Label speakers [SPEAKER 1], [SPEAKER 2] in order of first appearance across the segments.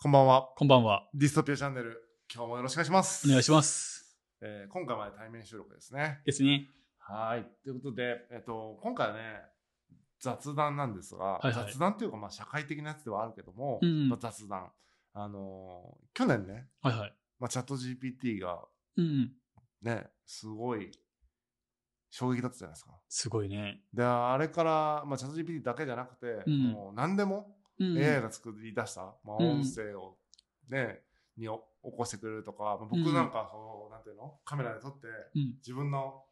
[SPEAKER 1] こんばんは。
[SPEAKER 2] こんばんは。
[SPEAKER 1] ディストピアチャンネル、今日もよろしくお願いします。。
[SPEAKER 2] お願いしますす。
[SPEAKER 1] えー今回まで対面収録ですね。
[SPEAKER 2] ですね。
[SPEAKER 1] はい。ということで、えっと、今回はね、雑談なんですが、
[SPEAKER 2] はいはい
[SPEAKER 1] 雑談というか、まあ、社会的なやつではあるけども、
[SPEAKER 2] うん
[SPEAKER 1] まあ雑談。あのー去年ね、
[SPEAKER 2] はいはい。
[SPEAKER 1] まあ、チャット GPT が
[SPEAKER 2] うん。
[SPEAKER 1] ね、すごい衝撃だったじゃないですか。
[SPEAKER 2] すごいね。
[SPEAKER 1] で、あれから、まあ、チャット GPT だけじゃなくて、
[SPEAKER 2] うん
[SPEAKER 1] もう何でも
[SPEAKER 2] うん。
[SPEAKER 1] AI が作り出した、まあ、
[SPEAKER 2] うん
[SPEAKER 1] 音声をね、に起こしてくれるとか、まあ、僕なんかそう、なんていうのカメラで撮って、
[SPEAKER 2] うん
[SPEAKER 1] 自分の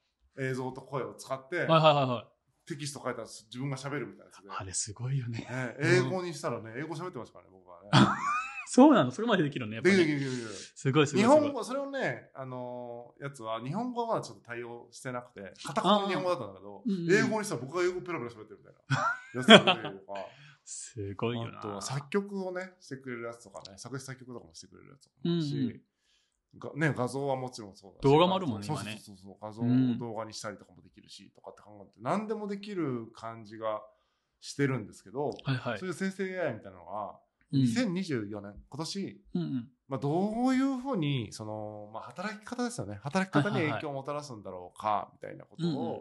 [SPEAKER 1] 映像と声を使って、
[SPEAKER 2] はいはいはいは
[SPEAKER 1] テキスト書いたら自分が喋るみたいなやつで
[SPEAKER 2] い。あれすごいよね。、
[SPEAKER 1] ね
[SPEAKER 2] う
[SPEAKER 1] 英
[SPEAKER 2] ん
[SPEAKER 1] 語にしたらね、英語喋ってましたからね、僕はね。
[SPEAKER 2] そうなのそれまでできるのね。やっぱ
[SPEAKER 1] でき
[SPEAKER 2] ね
[SPEAKER 1] るできるできるでき
[SPEAKER 2] すごいす
[SPEAKER 1] る。
[SPEAKER 2] ご
[SPEAKER 1] 日
[SPEAKER 2] いすごい。
[SPEAKER 1] 本語、それをね、あのーやつは、日本語はまだちょっと対応してなくて、片言の日本語だったんだけど
[SPEAKER 2] あーうんう、ん
[SPEAKER 1] 英語にしたら僕が英語ペラペラ喋ってるみたいな。やつが出てくるとか
[SPEAKER 2] すごいよな。
[SPEAKER 1] あとは作曲をねしてくれるやつとかね作詞作曲とかもしてくれるやつとかもあるし、がね、画像はもちろんそうだし
[SPEAKER 2] 動画もあるもんね
[SPEAKER 1] そう
[SPEAKER 2] 今ね
[SPEAKER 1] そうそうそう画像
[SPEAKER 2] う
[SPEAKER 1] を
[SPEAKER 2] ん
[SPEAKER 1] 動画にしたりとかもできるし、とかって考えて何でもできる感じがしてるんですけど、
[SPEAKER 2] はいはい
[SPEAKER 1] そう。いう生成 AI みたいなのが
[SPEAKER 2] うん
[SPEAKER 1] 2024年今年、
[SPEAKER 2] うんうん。
[SPEAKER 1] まあ、どういうふうにその、まあ、働き方ですよね働き方
[SPEAKER 2] はい
[SPEAKER 1] に
[SPEAKER 2] はいはい
[SPEAKER 1] 影響をもたらすんだろうかみたいなことを、
[SPEAKER 2] うんうん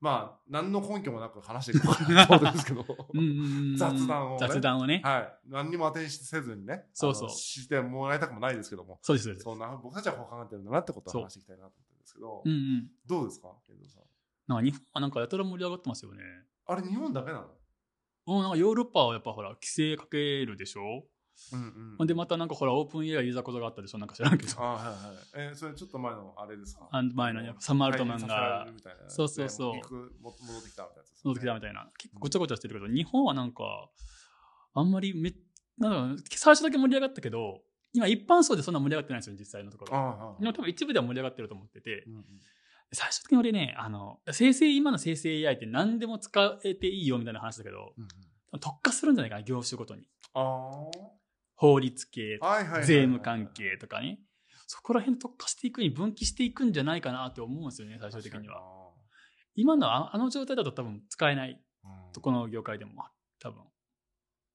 [SPEAKER 1] まあ何の根拠もなく話していこうかなと思うんですけど。
[SPEAKER 2] うんうんうん
[SPEAKER 1] 雑談をね
[SPEAKER 2] 雑談をね。
[SPEAKER 1] はい。何にも当てにせずにね。
[SPEAKER 2] そうそう
[SPEAKER 1] あのしてもらいたくもないですけども。
[SPEAKER 2] そうですそうです。
[SPEAKER 1] そんな、僕たちはこう考えてるんだなってこと
[SPEAKER 2] そ
[SPEAKER 1] を
[SPEAKER 2] う
[SPEAKER 1] 話していきたいなと思ってるんですけど
[SPEAKER 2] うん、うん。
[SPEAKER 1] どうですか遠藤さん。
[SPEAKER 2] なんか日本はなんかやたら盛り上がってますよね。
[SPEAKER 1] あれ、日本だけなの
[SPEAKER 2] うん、なんかヨーロッパはやっぱほら、規制かけるでしょ
[SPEAKER 1] うん
[SPEAKER 2] ほんでまたなんかほら、オープン AI いざこざがあったでしょなんか知らんけど
[SPEAKER 1] あ。はいはい。えーそれちょっと前のあれですか
[SPEAKER 2] あの前のやっぱサム・アルトマン
[SPEAKER 1] 退
[SPEAKER 2] が
[SPEAKER 1] 院させられるみたいな
[SPEAKER 2] そうそうそう
[SPEAKER 1] でも行くも戻ってきたみたいなやつですよね
[SPEAKER 2] 戻ってきたみたいな、結構ごちゃごちゃしてるけど、日本はなんか、あんまりめ、なんだろう最初だけ盛り上がったけど、今一般層でそんな盛り上がってないんですよ、実際のとこ
[SPEAKER 1] あ
[SPEAKER 2] ろ。
[SPEAKER 1] はい
[SPEAKER 2] でも多分一部では盛り上がってると思ってて
[SPEAKER 1] う、んうん
[SPEAKER 2] 最終的に俺ね、あの、生成、今の生成 AI って何でも使えていいよみたいな話だけど、
[SPEAKER 1] うんうん
[SPEAKER 2] 特化するんじゃないかな、業種ごとに。
[SPEAKER 1] あ
[SPEAKER 2] 法律系
[SPEAKER 1] ー、はいはいはいはい
[SPEAKER 2] 税務関係とかね。そこら辺特化していくに分岐していくんじゃないかなって思うんですよね、最終的には。。今のああの状態だと多分使えない、
[SPEAKER 1] 確かになうん
[SPEAKER 2] どこの業界でも、多分。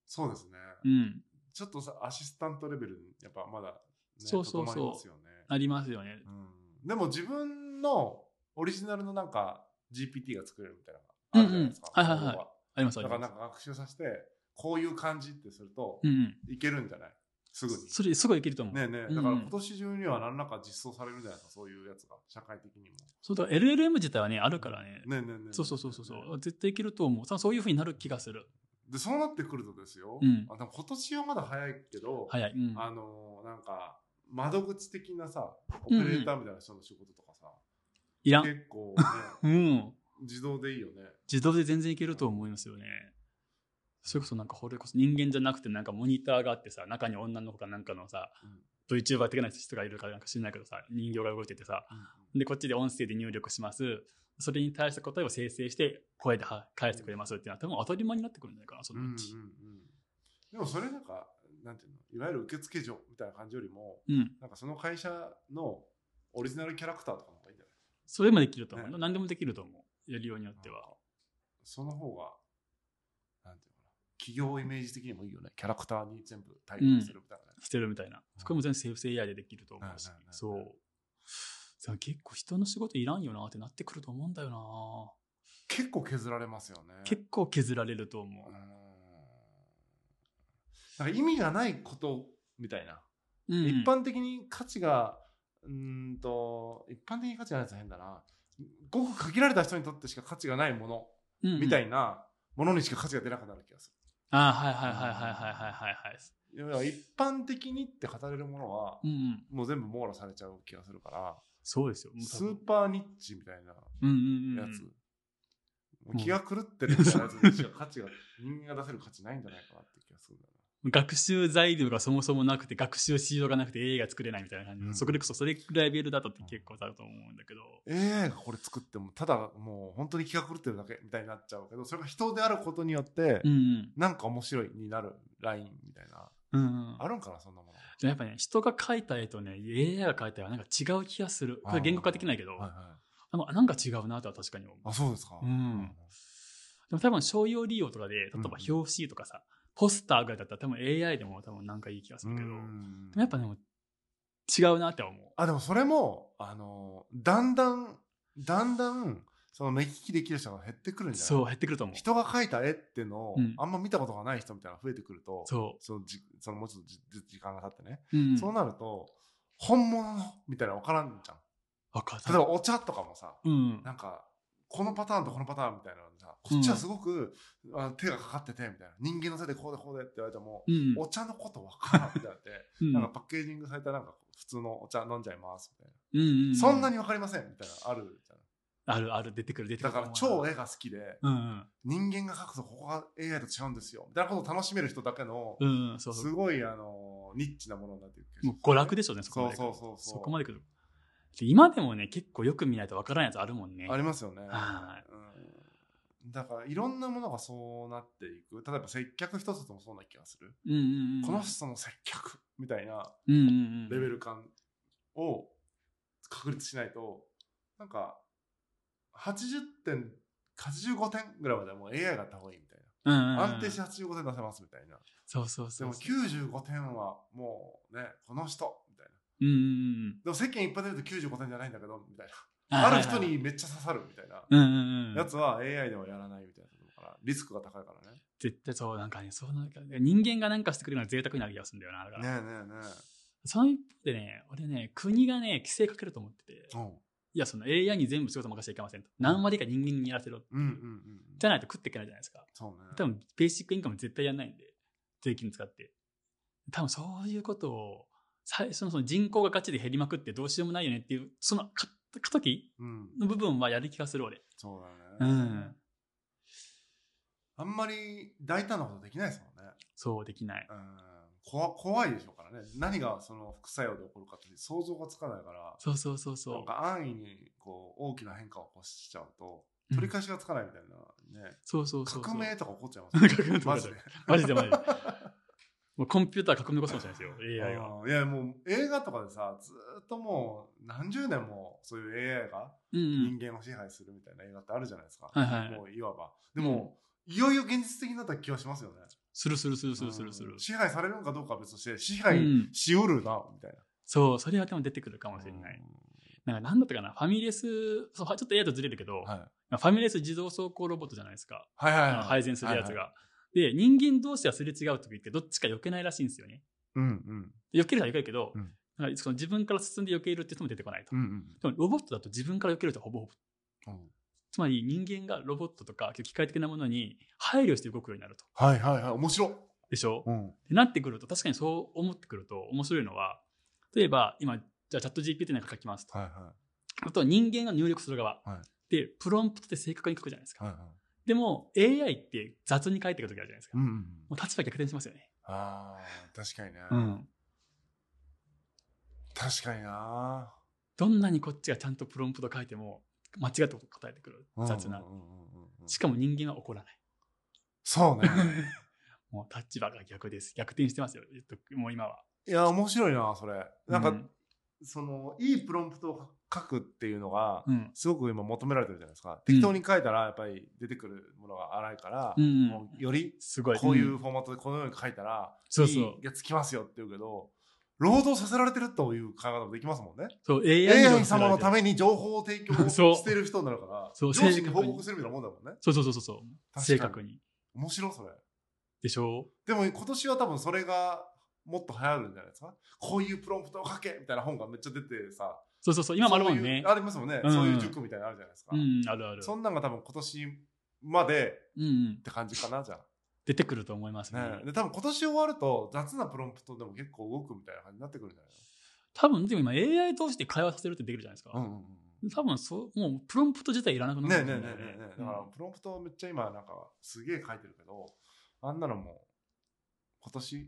[SPEAKER 1] そうですね。
[SPEAKER 2] うん。
[SPEAKER 1] ちょっとさ、アシスタントレベルに、やっぱまだね、
[SPEAKER 2] そうそうそう
[SPEAKER 1] とどまりますよね
[SPEAKER 2] ありますよね。
[SPEAKER 1] うんでも自分のオリジナルのなんか GPT が作れるみたいなのがあるじゃないですか。
[SPEAKER 2] うんうんはいはいはい
[SPEAKER 1] 要は
[SPEAKER 2] ありますあ
[SPEAKER 1] だ
[SPEAKER 2] り
[SPEAKER 1] から
[SPEAKER 2] ま
[SPEAKER 1] なん
[SPEAKER 2] す。
[SPEAKER 1] か学習させて、こういう感じってすると
[SPEAKER 2] う、ん
[SPEAKER 1] いけるんじゃないす
[SPEAKER 2] う
[SPEAKER 1] ぐ
[SPEAKER 2] ん
[SPEAKER 1] に。。
[SPEAKER 2] それすごいいけると思う。
[SPEAKER 1] ねえね
[SPEAKER 2] う
[SPEAKER 1] え、
[SPEAKER 2] ん
[SPEAKER 1] だから今年中には何らか実装されるんじゃないですか、そういうやつが、社会的にも。
[SPEAKER 2] そうだから LLM 自体はねあるからね。
[SPEAKER 1] ねえねえねえ。
[SPEAKER 2] そうそうそうそうそう。絶対いけると思う。多分そういう風になる気がする。
[SPEAKER 1] で、そうなってくるとですよ、
[SPEAKER 2] うん
[SPEAKER 1] あでも今年はまだ早いけど、
[SPEAKER 2] 早い。うん。
[SPEAKER 1] あのーなんか、窓口的なさ、オペレーターみたいな人の仕事とかさ、
[SPEAKER 2] いらん。
[SPEAKER 1] 結構ね、
[SPEAKER 2] うん。
[SPEAKER 1] 自動でいいよね。
[SPEAKER 2] 自動で全然いけると思いますよね。それこそなんかこれこそ人間じゃなくてなんかモニターがあってさ中に女の子かなんかのさ、VTuber 的な人がいるからなんか知らないけどさ人形が動いててさでこっちで音声で入力しますそれに対して答えを生成して声では返してくれますっていうのは多分当たり前になってくるんじゃないかなそ
[SPEAKER 1] うんうん
[SPEAKER 2] の
[SPEAKER 1] う
[SPEAKER 2] うち。
[SPEAKER 1] ん、でもそれなんかなんていうのいわゆる受付嬢みたいな感じよりも
[SPEAKER 2] うん
[SPEAKER 1] なんかその会社のオリジナルキャラクターとかの方がいいんじゃない
[SPEAKER 2] それもできると思う。
[SPEAKER 1] ね
[SPEAKER 2] 何でもできると思う。やりようによって
[SPEAKER 1] なん
[SPEAKER 2] は。
[SPEAKER 1] かその方がなんていうのかな企業イメージ的にもいいよねキャラクターに全部対応してるみたいなね、
[SPEAKER 2] してるみたいな。そこも全部セーフ性 AI でできると思うし
[SPEAKER 1] うんうんうん。うん
[SPEAKER 2] そう。さあ結構人の仕事いらんよなってなってくると思うんだよな。
[SPEAKER 1] 結構削られますよね
[SPEAKER 2] 結構削られると
[SPEAKER 1] う
[SPEAKER 2] 思
[SPEAKER 1] んなんか意味がないことみたいな
[SPEAKER 2] う。うん
[SPEAKER 1] 一般的に価値がうーんと一般的に価値がないと変だなごく限られた人にとってしか価値がないものみた
[SPEAKER 2] な。
[SPEAKER 1] いなものにしか価値が出なくなる気がす
[SPEAKER 2] あーはいはいはいはいはいはいはいはい。
[SPEAKER 1] る、いや一般的にって語れるものは
[SPEAKER 2] うんうん。
[SPEAKER 1] もう全部網羅されちゃう気がするから
[SPEAKER 2] そうですよ。もう多
[SPEAKER 1] スー
[SPEAKER 2] 分
[SPEAKER 1] パーニッチみたいな
[SPEAKER 2] うんうんうんう
[SPEAKER 1] やつ
[SPEAKER 2] ん。、
[SPEAKER 1] もう気が狂ってるみたいなやつにしか価値が人間が出せる価値ないんじゃないかなって気がするんだよ
[SPEAKER 2] 学習材料がそもそもなくて、学習しようがなくて AI が作れないみたいな感じ
[SPEAKER 1] う
[SPEAKER 2] の。
[SPEAKER 1] ん
[SPEAKER 2] そこでこそ、それくらいレベルだとって結構だと思うんだけど。
[SPEAKER 1] な AI がこれ作ってもただもう本当に気が狂ってるだけみたいになっちゃうけどそれが人であることによって
[SPEAKER 2] うんうん。
[SPEAKER 1] なんか面白いになるラインみたいな。
[SPEAKER 2] うんうん。
[SPEAKER 1] あるんかな、そんなも
[SPEAKER 2] でもやっぱね、人が描いた絵とね、AI が描いた絵はなんか違う気がする。これ言語化できないけど、
[SPEAKER 1] の。い。
[SPEAKER 2] なんかなんか違うなとは確かに思う。
[SPEAKER 1] あ、そうですか。
[SPEAKER 2] うん。でも多分商用利用とかで、例えば
[SPEAKER 1] うん
[SPEAKER 2] 表紙とかさ、ポスターぐらいだったら多分 AI でも多分なんかいい気がするけど、
[SPEAKER 1] う
[SPEAKER 2] でも
[SPEAKER 1] ん
[SPEAKER 2] やっぱでも違うなって思う。
[SPEAKER 1] あでもそれもあのだんだんだんだんその目利きできる人が減ってくるんじゃない
[SPEAKER 2] そう、減ってくると思う。
[SPEAKER 1] 人が描いた絵っていうのを、
[SPEAKER 2] うん
[SPEAKER 1] あんま見たことがない人みたいなのが増えてくると
[SPEAKER 2] そ
[SPEAKER 1] そのじそのもうちょっとじ時間が経ってね、
[SPEAKER 2] う。うん。
[SPEAKER 1] そうなると本物のみたいなの分からんじゃん
[SPEAKER 2] わか
[SPEAKER 1] 例えばお茶とかもさ
[SPEAKER 2] うん。
[SPEAKER 1] なんかこのパターンとこのパターンみたいなのさこっちはすごく、あの手がかかっててみたいな人間の手でこうでこうでって言われても、
[SPEAKER 2] うん。
[SPEAKER 1] お茶のこと分からんみたいになって、
[SPEAKER 2] うん
[SPEAKER 1] なんかパッケージングされたなんか普通のお茶飲んじゃいますみたいな、
[SPEAKER 2] うんうんうん
[SPEAKER 1] そんなに分かりませんみたいなのあるじゃん
[SPEAKER 2] あるある、出てくる、出てく
[SPEAKER 1] だ
[SPEAKER 2] る。
[SPEAKER 1] から超絵が好きで
[SPEAKER 2] うんうん。
[SPEAKER 1] 人間が描くとここが AI と違うんですよみたいなことを楽しめる人だけの、
[SPEAKER 2] うんうん、そうそ
[SPEAKER 1] す
[SPEAKER 2] う。
[SPEAKER 1] ごいあのニッチなものになっていく
[SPEAKER 2] もう娯楽でしょうね、そこ
[SPEAKER 1] そ
[SPEAKER 2] ま
[SPEAKER 1] う
[SPEAKER 2] で。
[SPEAKER 1] そうそうそう
[SPEAKER 2] そこまで来る。で今でもね、結構よく見ないとわからんやつあるもんね。
[SPEAKER 1] ありますよね、
[SPEAKER 2] は
[SPEAKER 1] うん、だからいろんなものがそうなっていく例えば接客一つともそうな気がする、
[SPEAKER 2] うんうんうん。
[SPEAKER 1] この人の接客みたいな
[SPEAKER 2] うんうんうん、
[SPEAKER 1] レベル感を確立しないとなんか80点85点ぐらいまではもう AI があった方がいいみたい
[SPEAKER 2] うんうんうん、
[SPEAKER 1] な安定して85点出せますみたいな
[SPEAKER 2] そうそう
[SPEAKER 1] で
[SPEAKER 2] そう
[SPEAKER 1] も
[SPEAKER 2] そう。
[SPEAKER 1] 95点はもうねこの人みたいな
[SPEAKER 2] うんうんうん
[SPEAKER 1] でも世間一般で言うと95点じゃないんだけどみたいな
[SPEAKER 2] あ
[SPEAKER 1] ある人
[SPEAKER 2] はいはい
[SPEAKER 1] にめっちゃ刺さるみたいな
[SPEAKER 2] うんうんう
[SPEAKER 1] や
[SPEAKER 2] ん、
[SPEAKER 1] つは AI ではやらないみたいなところからリスクが高いからね。
[SPEAKER 2] 絶対そうなんかねそうなんか人間がなんかしてくれるのは贅沢になる気がするんだよなだから、
[SPEAKER 1] ねえねえね
[SPEAKER 2] その一方でね俺ね国がね規制かけると思ってて
[SPEAKER 1] え。うん
[SPEAKER 2] いやその AI に全部仕事任せちゃいけませんと何割か人間にやらせろ
[SPEAKER 1] うんうんうん。
[SPEAKER 2] じゃないと食っていけないじゃないですか
[SPEAKER 1] そうね。
[SPEAKER 2] 多分ベーシックインカム絶対やんないんで税金使って多分そういうことを最初のその人口がガチで減りまくってどうしようもないよねっていうその過過渡期
[SPEAKER 1] うん。
[SPEAKER 2] の部分はやる気がする俺
[SPEAKER 1] そう
[SPEAKER 2] う
[SPEAKER 1] だね。
[SPEAKER 2] ん
[SPEAKER 1] あんまり大胆なことできないですもんね。
[SPEAKER 2] そうできない
[SPEAKER 1] うん。怖怖いでしょうからね。何がその副作用で起こるかって想像がつかないから、
[SPEAKER 2] そうそうそうそ
[SPEAKER 1] なん
[SPEAKER 2] う
[SPEAKER 1] か安易にこう大きな変化を起こしちゃうと、
[SPEAKER 2] うん
[SPEAKER 1] 取り返しがつかないみたいなね。
[SPEAKER 2] そうそうそうそう
[SPEAKER 1] 革命とか起こっちゃいますよね。
[SPEAKER 2] 革
[SPEAKER 1] マ
[SPEAKER 2] 命
[SPEAKER 1] ジ
[SPEAKER 2] と
[SPEAKER 1] で
[SPEAKER 2] か。マジ でマジで。もうコンピューター革命起こすかもしれないですよ、AI が。
[SPEAKER 1] うんいやもう映画とかでさずーっともう何十年もそういう AI が
[SPEAKER 2] うんうん。
[SPEAKER 1] 人間を支配するみたいな映画ってあるじゃないですか、
[SPEAKER 2] はいはいはい
[SPEAKER 1] もういわばでも、いよいよ現実的になった気はしますよね
[SPEAKER 2] するするするするするする
[SPEAKER 1] うん。支配されるのかどうかは別として支
[SPEAKER 2] う
[SPEAKER 1] 配
[SPEAKER 2] ん
[SPEAKER 1] しうるなみたいな
[SPEAKER 2] そう、それはでも出てくるかもしれない。なんかなんだったかな、ファミレス、そうちょっと AI とずれるけど、
[SPEAKER 1] はい、
[SPEAKER 2] ファミレス自動走行ロボットじゃないですか。
[SPEAKER 1] はいはいはい
[SPEAKER 2] 配膳するやつ
[SPEAKER 1] はいはい
[SPEAKER 2] が。で、人間同士はすれ違う時ってどっちか避けないらしいんですよね。
[SPEAKER 1] うんうん
[SPEAKER 2] 避けるは避けるけど
[SPEAKER 1] うん、
[SPEAKER 2] なんかその自分から進んで避けるって人も出てこないと
[SPEAKER 1] う。ん
[SPEAKER 2] でもロボットだと自分から避けるとほぼほぼ。
[SPEAKER 1] うんうん
[SPEAKER 2] つまり人間がロボットとか機械的なものに配慮して動くようになると。
[SPEAKER 1] はいはいはい面白い、
[SPEAKER 2] でしょ
[SPEAKER 1] うん
[SPEAKER 2] ってなってくると確かにそう思ってくると面白いのは例えば今じゃあチャット GPT なんか書きますと、
[SPEAKER 1] はいは
[SPEAKER 2] あとは人間が入力する側、
[SPEAKER 1] は
[SPEAKER 2] でプロンプトで正確に書くじゃないで
[SPEAKER 1] い
[SPEAKER 2] すか、
[SPEAKER 1] はいはい
[SPEAKER 2] でも AI って雑に書いてくる時あるじゃないですか、
[SPEAKER 1] うん
[SPEAKER 2] も
[SPEAKER 1] うんうん
[SPEAKER 2] う立場逆転しますよね、
[SPEAKER 1] あー確かにね、
[SPEAKER 2] うん、
[SPEAKER 1] 確かにな
[SPEAKER 2] どんなにこっちがちゃんとプロンプト書いても間違ったこと答えてくる雑な、
[SPEAKER 1] うんうんうんうんうん
[SPEAKER 2] しかも人間は怒らない
[SPEAKER 1] そう ね
[SPEAKER 2] もう立場が逆です逆転してますよえっともう今はい
[SPEAKER 1] や面白いなそれなんか、
[SPEAKER 2] うん
[SPEAKER 1] そのいいプロンプトを書くっていうのが、
[SPEAKER 2] うん
[SPEAKER 1] すごく今求められてるじゃないですか
[SPEAKER 2] うん
[SPEAKER 1] 適当に書いたらやっぱり出てくるものが荒いから、
[SPEAKER 2] うんうん
[SPEAKER 1] もうより
[SPEAKER 2] すごい
[SPEAKER 1] こうい
[SPEAKER 2] ん
[SPEAKER 1] うフォーマットでこのように書いたら、
[SPEAKER 2] そう
[SPEAKER 1] い
[SPEAKER 2] そう
[SPEAKER 1] いやつきますよって言うけど労働させられてるという考え方もできますもんね。
[SPEAKER 2] そう AI, に
[SPEAKER 1] AI 様のた
[SPEAKER 2] め
[SPEAKER 1] めに情報を提供
[SPEAKER 2] そう
[SPEAKER 1] してる人になるから
[SPEAKER 2] そ
[SPEAKER 1] 上
[SPEAKER 2] う
[SPEAKER 1] 司に報告するみたいなもんだもんね。
[SPEAKER 2] そうそうそうそう
[SPEAKER 1] かに
[SPEAKER 2] 正確に
[SPEAKER 1] 面白いそれ。
[SPEAKER 2] でしょ
[SPEAKER 1] でも今年は多分それがもっと流行るんじゃないですかこういうプロンプトを書けみたいな本がめっちゃ出てさ
[SPEAKER 2] そうそうそう、今もあるもん
[SPEAKER 1] そうい
[SPEAKER 2] ね
[SPEAKER 1] う。ありますもんね、
[SPEAKER 2] うん
[SPEAKER 1] そういう塾みたいなのあるじゃないですか、
[SPEAKER 2] うん、あるある。
[SPEAKER 1] そんなんが多分今年まで
[SPEAKER 2] うんうん
[SPEAKER 1] っ、て感じかなじゃ
[SPEAKER 2] 出てくると思います
[SPEAKER 1] あ、
[SPEAKER 2] ね。
[SPEAKER 1] ねで多分今年終わると雑なプロンプトでも結構動くみたいな感じになってくるんじゃない
[SPEAKER 2] 多分、でも今 AI 通して会話させるってできるじゃないですか。
[SPEAKER 1] の、うんうん
[SPEAKER 2] 多分そう、もうプロンプト自体いらな
[SPEAKER 1] う
[SPEAKER 2] く
[SPEAKER 1] ん、
[SPEAKER 2] な
[SPEAKER 1] ねえ
[SPEAKER 2] る
[SPEAKER 1] ねえね
[SPEAKER 2] ね
[SPEAKER 1] えねえねえだからプロンプトめっちゃ今なんかすげえ書いてるけどあんなのも今年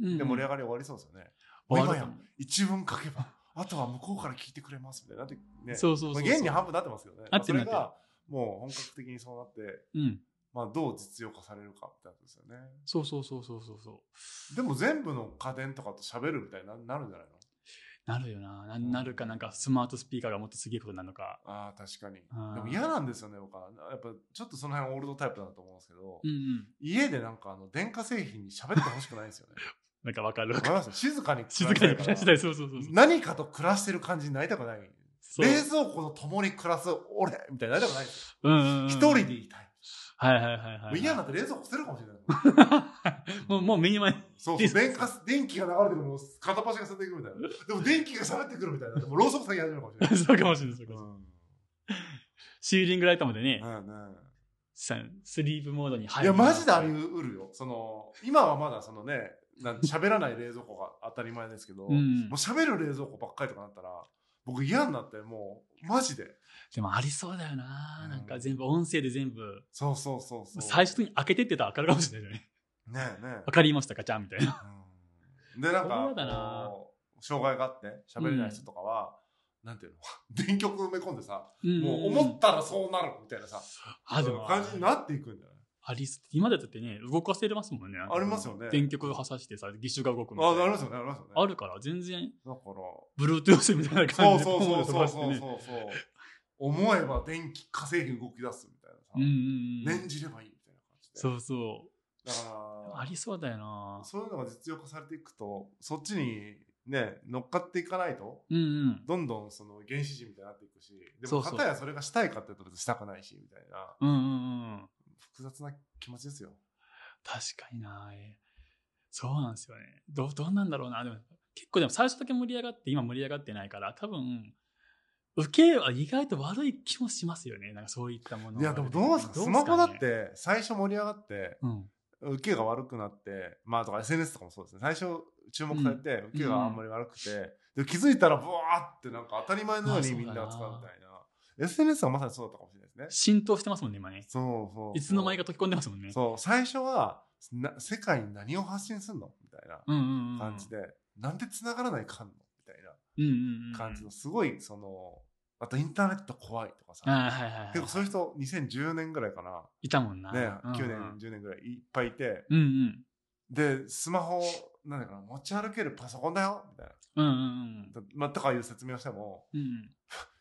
[SPEAKER 2] うん
[SPEAKER 1] で盛り上がり終わりそうですよね、
[SPEAKER 2] 終
[SPEAKER 1] も
[SPEAKER 2] わ
[SPEAKER 1] う今
[SPEAKER 2] る
[SPEAKER 1] や
[SPEAKER 2] と
[SPEAKER 1] ん
[SPEAKER 2] 思う
[SPEAKER 1] 一文書けばあとは向こうから聞いてくれますみたいなだってね
[SPEAKER 2] そうそうそう
[SPEAKER 1] ま
[SPEAKER 2] そう。
[SPEAKER 1] あ現に半分なってます けどね
[SPEAKER 2] なってる
[SPEAKER 1] まあそれ
[SPEAKER 2] なっ
[SPEAKER 1] がもう本格的にそうなって
[SPEAKER 2] うん。
[SPEAKER 1] まあ、どう実用化されるかってやつですよね。
[SPEAKER 2] そうそうそうそうそうそう。
[SPEAKER 1] でも全部の家電とかと喋るみたいにななるんじゃないの
[SPEAKER 2] なるよな。ななるかなんかスマートスピーカーがもっとすげえことになるのか。
[SPEAKER 1] ああ、確かに。
[SPEAKER 2] あー
[SPEAKER 1] でも嫌なんですよね、僕は。やっぱ、ちょっとその辺オールドタイプだと思うんですけど、
[SPEAKER 2] うんうん。
[SPEAKER 1] 家でなんか、あの、電化製品に喋ってほしくないん ですよね。
[SPEAKER 2] なんかわかる わ
[SPEAKER 1] わか
[SPEAKER 2] か
[SPEAKER 1] り
[SPEAKER 2] る。
[SPEAKER 1] ます静かに暮
[SPEAKER 2] 静
[SPEAKER 1] らし
[SPEAKER 2] か
[SPEAKER 1] たい
[SPEAKER 2] に
[SPEAKER 1] か
[SPEAKER 2] 暮
[SPEAKER 1] ら
[SPEAKER 2] らしたい。そうそうそうそう。
[SPEAKER 1] 何かと暮らしてる感じになりたくない。
[SPEAKER 2] そう
[SPEAKER 1] 冷蔵庫の共に暮らす俺みたいになりたくないんです
[SPEAKER 2] うんうんう
[SPEAKER 1] よ。
[SPEAKER 2] ん
[SPEAKER 1] 一人でいたい。
[SPEAKER 2] はいはいはいはい。
[SPEAKER 1] もう嫌になって冷蔵庫捨てるかもしれない。
[SPEAKER 2] もう、もう目に前。
[SPEAKER 1] そうそう、電化、電気が流れてくるの、片っ端が捨ててくるみたいな。でも電気が喋ってくるみたいな。でもろうそく先始めるかもしれない。
[SPEAKER 2] そうかもしれない。そうか
[SPEAKER 1] う
[SPEAKER 2] もしれない
[SPEAKER 1] ん。
[SPEAKER 2] シーリングライトまでね、
[SPEAKER 1] うんうん
[SPEAKER 2] さスリープモードに入
[SPEAKER 1] い
[SPEAKER 2] る。
[SPEAKER 1] や、マジであり得るよ。その、今はまだそのね、なん喋らない冷蔵庫が当たり前ですけど、
[SPEAKER 2] う
[SPEAKER 1] も
[SPEAKER 2] ん
[SPEAKER 1] う。喋る冷蔵庫ばっかりとかなったら、僕嫌になって、もう、マジで。
[SPEAKER 2] でもありそうだよな。
[SPEAKER 1] うん
[SPEAKER 2] なんか全部、音声で全部、
[SPEAKER 1] そうそうそうそう。
[SPEAKER 2] 最初に開けてってたら分かるかもしれないよね。
[SPEAKER 1] ねえね
[SPEAKER 2] 分かりましたか、ちゃんみたいな。
[SPEAKER 1] え。うんで、なん
[SPEAKER 2] そ
[SPEAKER 1] か
[SPEAKER 2] うだな、
[SPEAKER 1] こう障害があって、喋れない人とかは、なんていうの 電極埋め込んでさ、もう思ったらそうなるみたいなさ、
[SPEAKER 2] あ、で
[SPEAKER 1] そういう
[SPEAKER 2] も、
[SPEAKER 1] 感じになっていくんじゃない
[SPEAKER 2] ありす、今だってね、動かせれますもんね。
[SPEAKER 1] ありますよね
[SPEAKER 2] 電極を挟してさ、義手が動くみたい
[SPEAKER 1] あ、
[SPEAKER 2] な
[SPEAKER 1] ありますよね、ありますよね。
[SPEAKER 2] あるから、全然、
[SPEAKER 1] だから、
[SPEAKER 2] Bluetooth みたいな
[SPEAKER 1] そ
[SPEAKER 2] 感
[SPEAKER 1] う
[SPEAKER 2] じで、
[SPEAKER 1] そうそうそう
[SPEAKER 2] ポンポン
[SPEAKER 1] そう
[SPEAKER 2] 飛ばしてね
[SPEAKER 1] そうそう。思えば電気化成品動き出すみたいなさ、
[SPEAKER 2] うんうんうん。
[SPEAKER 1] 念じればいいみたいな感じで。
[SPEAKER 2] そうそう。
[SPEAKER 1] だ
[SPEAKER 2] あ
[SPEAKER 1] か
[SPEAKER 2] りそうだよな
[SPEAKER 1] ら、。そういうのが実用化されていくと、そっちにね、乗っかっていかないと、
[SPEAKER 2] うんうん。
[SPEAKER 1] どんどんその原始人みたいになっていくし、で
[SPEAKER 2] そ
[SPEAKER 1] も、
[SPEAKER 2] うそう
[SPEAKER 1] 片やそれがしたいかって言うと別にしたくないし、みたいな、
[SPEAKER 2] うんうんうん。
[SPEAKER 1] 複雑な気持ちですよ。
[SPEAKER 2] 確かにな。えそうなんですよね。どう、どうなんだろうな。でも、結構でも最初だけ盛り上がって、今盛り上がってないから、多分、受けは意外と悪い気もしますよね。なんかそういったもの
[SPEAKER 1] いや、でもどうですかスマホだっ。
[SPEAKER 2] ね
[SPEAKER 1] て、最初盛り上がって、
[SPEAKER 2] うん。
[SPEAKER 1] 受けが悪くなって、まあ、とか SNS とかもそうですね最初注目されて、受けがあんまり悪くて、で気づいたらブワーってなんか当たり前のようにみんなが使うみたいな、SNS はまさにそうだったかもしれないですね
[SPEAKER 2] 浸透してますもんね、今ね。
[SPEAKER 1] そうそう
[SPEAKER 2] いつの間に
[SPEAKER 1] か
[SPEAKER 2] か溶け込んでますもんね。
[SPEAKER 1] そう最初はな世界に何を発信するのみたいな
[SPEAKER 2] うんうんうん。
[SPEAKER 1] 感じで、なんで繋がらないかんのみたい
[SPEAKER 2] うんうんうん。
[SPEAKER 1] な感じのすごいそのあとインターネット怖いとかさ
[SPEAKER 2] あーはいはいはい。
[SPEAKER 1] 結構そういう人2010年ぐらいかない
[SPEAKER 2] たもんな。
[SPEAKER 1] ね
[SPEAKER 2] うんうん
[SPEAKER 1] 9年10年ぐらいいっぱいいて
[SPEAKER 2] うんうん。
[SPEAKER 1] で、スマホ、なんだかな、持ち歩けるパソコンだよみたいな。
[SPEAKER 2] うんうんうん
[SPEAKER 1] だまあ、とかいう説明をしても、
[SPEAKER 2] うんうん。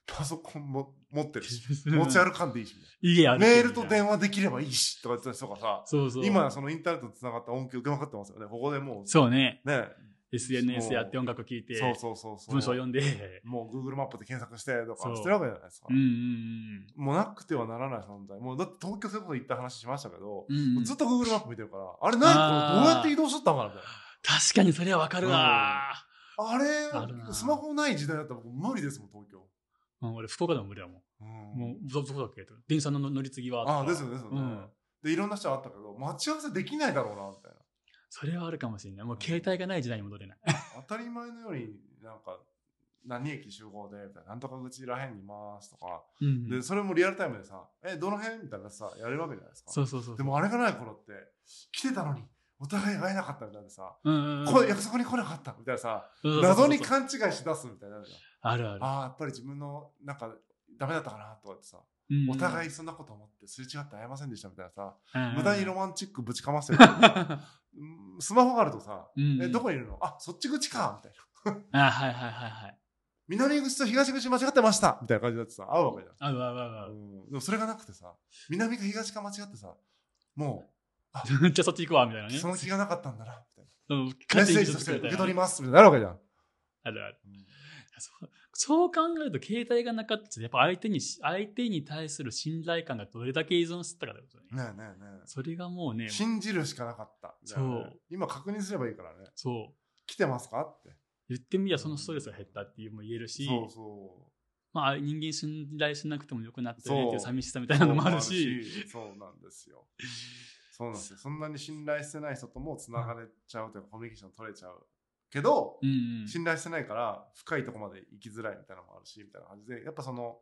[SPEAKER 1] パソコンも持ってるし、 持ち 歩かんでいいし、みた
[SPEAKER 2] いいや
[SPEAKER 1] いなメールと電話できればいいし、とか言ってた人がさ、
[SPEAKER 2] そうそう。
[SPEAKER 1] 今、そのインターネットつながった音響受けまくってますよね。ここでもう、
[SPEAKER 2] そうね。
[SPEAKER 1] ね、
[SPEAKER 2] SNS やって音楽聴いて、
[SPEAKER 1] そうそうそうそう。
[SPEAKER 2] 文章読んで。
[SPEAKER 1] もう Google マップで検索してと
[SPEAKER 2] そ
[SPEAKER 1] か
[SPEAKER 2] う
[SPEAKER 1] してるわけじゃないですか
[SPEAKER 2] うん。うん
[SPEAKER 1] もうなくてはならない存在。もうだって東京そういうこと言った話しましたけど、
[SPEAKER 2] うんうんうん。
[SPEAKER 1] ずっと Google マップ見てるから、あれ何
[SPEAKER 2] あー
[SPEAKER 1] これどうやって移動しとったんかなみたいな。
[SPEAKER 2] 確かにそれはわかるわ。
[SPEAKER 1] あ
[SPEAKER 2] ある
[SPEAKER 1] れ、
[SPEAKER 2] な
[SPEAKER 1] スマホない時代だったら僕無理ですもん、東京。
[SPEAKER 2] うん俺、福岡でも無理だもん。
[SPEAKER 1] も
[SPEAKER 2] もう、どどこだっけと電車の乗り継ぎはとか。
[SPEAKER 1] ああ、ですよね、ですよね。
[SPEAKER 2] うん
[SPEAKER 1] で、いろんな人あったけど、待ち合わせできないだろうな、みたいな。
[SPEAKER 2] それはあるかもしれない。もう携帯がない時代に戻れない。
[SPEAKER 1] 当たり前のように、なんか、何駅集合で、みたいな、なんとか口らへんにいますとか、
[SPEAKER 2] うんうん
[SPEAKER 1] で、それもリアルタイムでさ、え、どの辺みたいなさ、やれるわけじゃないですか。
[SPEAKER 2] そうそうそう。
[SPEAKER 1] でもあれがない頃って、来てたのに、お互い会えなかったみたいなさ、
[SPEAKER 2] うんうんうん、
[SPEAKER 1] こ約束に来なかったみたいなさ、
[SPEAKER 2] そうそうそうそう
[SPEAKER 1] 謎に勘違いしだすみたいなのよ。
[SPEAKER 2] あるある。
[SPEAKER 1] ああ、やっぱり自分の、なんか、ダメだったかな、とかってさ、
[SPEAKER 2] うんうん
[SPEAKER 1] お互いそんなこと思って、すれ違って会えませんでしたみたいなさ、
[SPEAKER 2] うんうん
[SPEAKER 1] 無駄 にロマンチックぶちかましてる からさうんスマホがあるとさ、
[SPEAKER 2] うん
[SPEAKER 1] え、どこにいるのあ、そっち口かみたいな。
[SPEAKER 2] あ、はいはいはいはい。
[SPEAKER 1] 南口と東口間違ってましたみたいな感じになってさ、合うわけじゃん。
[SPEAKER 2] あうわうわうわ。
[SPEAKER 1] うんでもそれがなくてさ、南か東か間違ってさ、も
[SPEAKER 2] じゃあそっち行くわ、 みたいな
[SPEAKER 1] う、
[SPEAKER 2] ね。
[SPEAKER 1] その気がなかったんだ な、みたい
[SPEAKER 2] うん
[SPEAKER 1] な。メッ
[SPEAKER 2] 勝手に
[SPEAKER 1] セージとして受け取ります、みたいな。なるわけ
[SPEAKER 2] あるある。
[SPEAKER 1] じゃん。
[SPEAKER 2] そうそう考えると、携帯がなかったってやっぱ相手にし、相手に対する信頼感がどれだけ依存してたかだよね。
[SPEAKER 1] ねえねえね
[SPEAKER 2] それがもうね
[SPEAKER 1] え。、信じるしかなかった。みたいなね
[SPEAKER 2] そう。
[SPEAKER 1] 今確認すればいいからね。
[SPEAKER 2] そう。
[SPEAKER 1] 来てますかって。
[SPEAKER 2] 言ってみりゃそのストレスが減ったっていうのも言えるし、
[SPEAKER 1] そうそ
[SPEAKER 2] まあ人間信頼しなくても良くなったよねっていう
[SPEAKER 1] そう
[SPEAKER 2] 寂しさみ
[SPEAKER 1] う。
[SPEAKER 2] たいなのもあるし、
[SPEAKER 1] そうなんですよ。そうなんですよ。そんなに信頼してない人ともつながれちゃうというか、コミュニケーション取れちゃうけど、
[SPEAKER 2] うん
[SPEAKER 1] 信頼してないから、深いとこまで行きづらいみたいなのもあるし、みたいな感じで、やっぱその、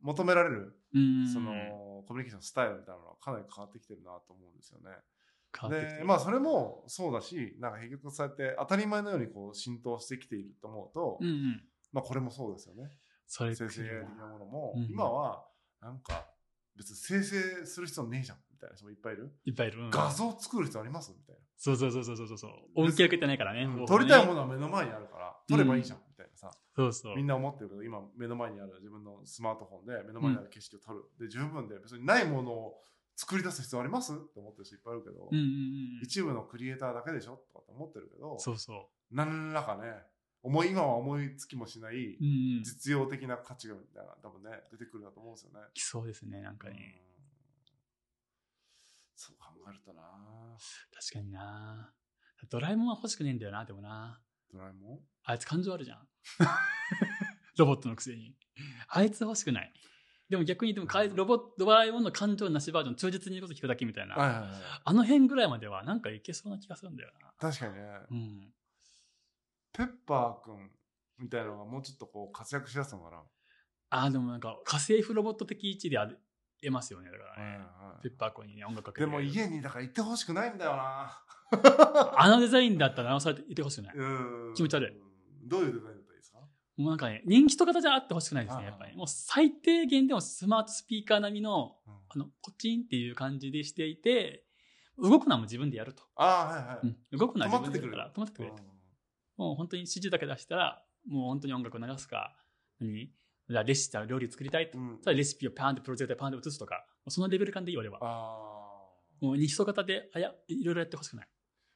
[SPEAKER 1] 求められる、
[SPEAKER 2] うん、うんうん、
[SPEAKER 1] その、コミュニケーションスタイルみたいなのはかなり変わってきてるなと思うんですよね。
[SPEAKER 2] 変わってきて
[SPEAKER 1] で、まあそれもそうだし、なんか結局そうやって当たり前のようにこう浸透してきていると思うと、
[SPEAKER 2] うんうん、
[SPEAKER 1] まあこれもそうですよね。
[SPEAKER 2] それ
[SPEAKER 1] 生成 AI 的なものも、
[SPEAKER 2] うん
[SPEAKER 1] 今はなんか別に生成する必要ねえじゃんみたいな人もいっぱいいる。
[SPEAKER 2] いっぱいいる。うん
[SPEAKER 1] 画像作る人ありますみたい
[SPEAKER 2] そうそうそうそうそうそう。恩恵受けてないからね。
[SPEAKER 1] な。
[SPEAKER 2] もう
[SPEAKER 1] 撮りたい
[SPEAKER 2] ね
[SPEAKER 1] ものは目の前にあるから、撮ればいいじゃんみたいなさ。
[SPEAKER 2] そうそう
[SPEAKER 1] み。んな思ってるけど、今目の前にある自分のスマートフォンで目の前にある景色を撮る。で、十分で、別にないものを作り出す必要ありますって思ってる人いっぱいいるけど、
[SPEAKER 2] うんうんうん。
[SPEAKER 1] 一部のクリエイターだけでしょとかって思ってるけど、
[SPEAKER 2] そうそ
[SPEAKER 1] 何らかね、思い、今は思いつきもしない、
[SPEAKER 2] う。うんうん。
[SPEAKER 1] 実用的な価値がみたいな、多分ね、出てくるなと思うんですよね。
[SPEAKER 2] きそうですね、なんかね。
[SPEAKER 1] うんそう考えるとな
[SPEAKER 2] 確かにな。ドラえもんは欲しくねえんだよな、でもな。
[SPEAKER 1] ドラえもん
[SPEAKER 2] あいつ感情あるじゃん。 ロボットのくせに。あいつ欲しくない。でも逆に、でもかい、ロボット、ドラえもんの感情なしバージョン、忠実に言うこと聞くだけみたいな。
[SPEAKER 1] はいはいはい。
[SPEAKER 2] あの辺ぐらいまでは、なんかいけそうな気がするんだよな。
[SPEAKER 1] 確かにね、
[SPEAKER 2] うん。
[SPEAKER 1] ペッパーくんみたいなのがもうちょっとこう活躍しだすのかな。
[SPEAKER 2] ああ、でもなんか、家政婦ロボット的位置であり得ますよね、だからね。ペッパーコにね、音楽かけ
[SPEAKER 1] で
[SPEAKER 2] て
[SPEAKER 1] も家にだから行ってほしくないんだよな。
[SPEAKER 2] あのデザインだったら直されていてほしくない。
[SPEAKER 1] うん
[SPEAKER 2] 気持ち悪い
[SPEAKER 1] うん。どういうデザインだったらいいですか
[SPEAKER 2] もうなんかね、人気と型じゃあってほしくないです
[SPEAKER 1] あ
[SPEAKER 2] ね、
[SPEAKER 1] あ
[SPEAKER 2] やっぱり。もう最低限でもスマートスピーカー並みの、
[SPEAKER 1] うん
[SPEAKER 2] あの、コチンっていう感じでしていて、動くのはもう自分でやると。
[SPEAKER 1] あーはいは
[SPEAKER 2] う
[SPEAKER 1] い。
[SPEAKER 2] ん動くのは
[SPEAKER 1] 止ま
[SPEAKER 2] 自
[SPEAKER 1] ってて
[SPEAKER 2] 分で
[SPEAKER 1] くれ
[SPEAKER 2] やる
[SPEAKER 1] る
[SPEAKER 2] から、止まってくれ
[SPEAKER 1] う
[SPEAKER 2] る
[SPEAKER 1] ん。
[SPEAKER 2] もう本当に指示だけ出したら、もう本当に音楽を流すか、何じゃあレシピ、料理作りたいと。
[SPEAKER 1] うん
[SPEAKER 2] ただレシピをパーンってプロジェクターでパーンって映すとか、そのレベル感でいい俺は。
[SPEAKER 1] あー
[SPEAKER 2] もう二基礎型で、あや、いろいろやってほしくない。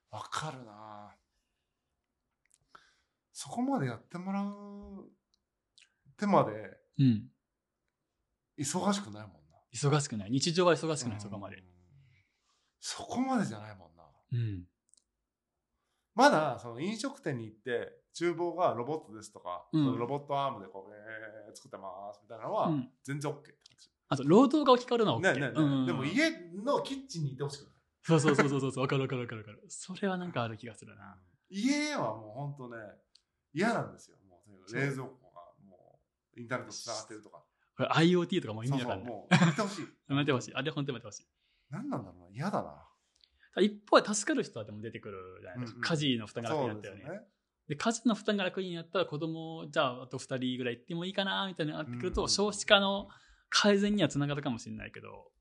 [SPEAKER 1] わかるなそこまでやってもらう手まで
[SPEAKER 2] うん。
[SPEAKER 1] 忙しくないもんな。
[SPEAKER 2] 忙しくない。日常は忙しくない、そこま
[SPEAKER 1] う
[SPEAKER 2] で
[SPEAKER 1] ん。。そこまでじゃないもんな。
[SPEAKER 2] うん。
[SPEAKER 1] まだその飲食店に行って厨房がロボットですとか、
[SPEAKER 2] うん
[SPEAKER 1] そのロボットアームでこう、えー、作ってますみたいなのは
[SPEAKER 2] うん
[SPEAKER 1] 全然 OK って
[SPEAKER 2] あと、労働が置き換わるのは
[SPEAKER 1] 感
[SPEAKER 2] OK。
[SPEAKER 1] じ。ねえねえねえ
[SPEAKER 2] うん
[SPEAKER 1] でも家のキッチンに行ってほしくない。
[SPEAKER 2] そうそうそうそうそう、わかるわかるわかるわかる。それはなんかある気がするな。
[SPEAKER 1] 家はもう本当ね嫌なんですよ。もうとにかく
[SPEAKER 2] そう
[SPEAKER 1] 冷蔵庫がもうインターネットつながってるとか。
[SPEAKER 2] これ IoT とかもう意
[SPEAKER 1] そ
[SPEAKER 2] 味
[SPEAKER 1] う
[SPEAKER 2] わ
[SPEAKER 1] そうん
[SPEAKER 2] かない。
[SPEAKER 1] もうやってほしい。
[SPEAKER 2] やめてほしい。あれ本当にやめてほしい。
[SPEAKER 1] 何なんだろうな嫌だ な。
[SPEAKER 2] ただ一方で助かる人はでも出てくるじゃないですか。
[SPEAKER 1] うんうん
[SPEAKER 2] 家事の負担が楽
[SPEAKER 1] そ
[SPEAKER 2] にな
[SPEAKER 1] う
[SPEAKER 2] った
[SPEAKER 1] です
[SPEAKER 2] よ
[SPEAKER 1] よ
[SPEAKER 2] ね。
[SPEAKER 1] ね
[SPEAKER 2] で。家事の負担が楽になったら子供、じゃああと2人ぐらい行ってもいいかな、みたいになってくる
[SPEAKER 1] う
[SPEAKER 2] と、
[SPEAKER 1] ん
[SPEAKER 2] 少子化の改善にはつながるかもしれないけど、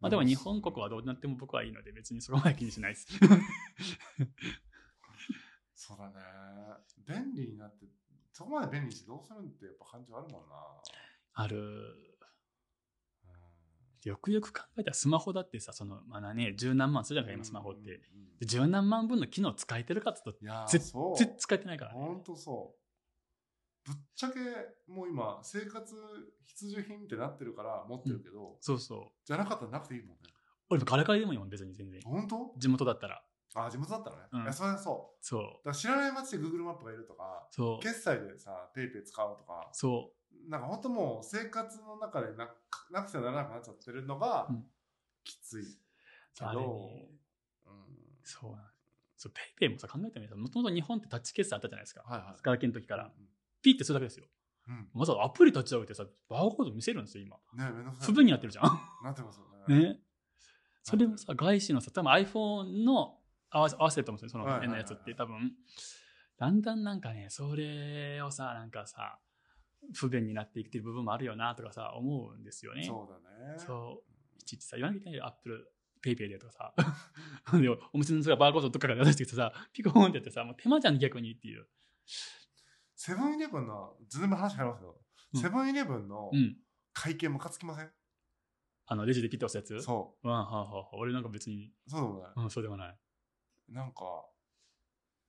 [SPEAKER 2] まあでも日本国はどうなっても僕はいいので、別にそこまで気にしないです。
[SPEAKER 1] そうだね。便利になってそこまで便利にしてどうするんってやっぱ感じはあるもんな。
[SPEAKER 2] ある。
[SPEAKER 1] うん
[SPEAKER 2] よくよく考えたらスマホだってさ、その、まあね、十何万するじゃないですか、今スマホっ
[SPEAKER 1] うん
[SPEAKER 2] て。で十何万分の機能使えてるかって言った
[SPEAKER 1] いやー
[SPEAKER 2] ぜ
[SPEAKER 1] そう
[SPEAKER 2] ら、絶対使えてないからね。
[SPEAKER 1] ほんとそうぶっちゃけもう今生活必需品ってなってるから持ってるけど、
[SPEAKER 2] そうそう。
[SPEAKER 1] じゃなかったらなくていいもんね
[SPEAKER 2] 俺もガラガラでもいいもん、別に全然。
[SPEAKER 1] 本当
[SPEAKER 2] 地元だったら。
[SPEAKER 1] あ地元だったらね、
[SPEAKER 2] うん
[SPEAKER 1] いやそれはそう
[SPEAKER 2] そう。
[SPEAKER 1] だから知らない街で Google マップがいるとか
[SPEAKER 2] そう。
[SPEAKER 1] 決済でさペイペイ使うとか
[SPEAKER 2] そ
[SPEAKER 1] なんかほんともう生活の中でなくなくてはならなくなっちゃってるのが、
[SPEAKER 2] うん。
[SPEAKER 1] きついうけ
[SPEAKER 2] あれ
[SPEAKER 1] ど、
[SPEAKER 2] ね。
[SPEAKER 1] うん、
[SPEAKER 2] そうなんそう、ペイペイもさ、考えてみたら、もともと日本ってタッチ決済あったじゃないですか。
[SPEAKER 1] はいはい
[SPEAKER 2] ガラケーの時から。
[SPEAKER 1] う
[SPEAKER 2] ピってするだけですよ。
[SPEAKER 1] んうん
[SPEAKER 2] まずアプリ立ち上げてさ、バーコード見せるんですよ、今。
[SPEAKER 1] ねめんどくさい
[SPEAKER 2] 不分になってるじゃん。
[SPEAKER 1] なってますよね
[SPEAKER 2] ね。それもさ、外資のさ、多分 iPhone の合わせ合わせると思うんですよ、その
[SPEAKER 1] はいはい
[SPEAKER 2] 辺のやつって、多分。だんだんなんかね、それをさ、なんかさ、不便になっていってる部分もあるよなとかさ、思うんですよね。
[SPEAKER 1] そうだね
[SPEAKER 2] そう。いちいちさ、言わなきゃいけないよ、アップル、ペイペイでとかさ。 でお店の人がバーコードどっかから出してきてさ、ピコーンってやってさ、もう手間じゃん、逆にっていう。
[SPEAKER 1] セブンイレブンの、全部話変わりますけど、
[SPEAKER 2] うん
[SPEAKER 1] セブンイレブンの
[SPEAKER 2] うん。
[SPEAKER 1] 会計ムカつきません、
[SPEAKER 2] あの、レジでピッて押すやつ
[SPEAKER 1] そ
[SPEAKER 2] うん、はあはあはあ俺なんか別に、
[SPEAKER 1] う。そうでもない。
[SPEAKER 2] うん、そうでもない。
[SPEAKER 1] なんか、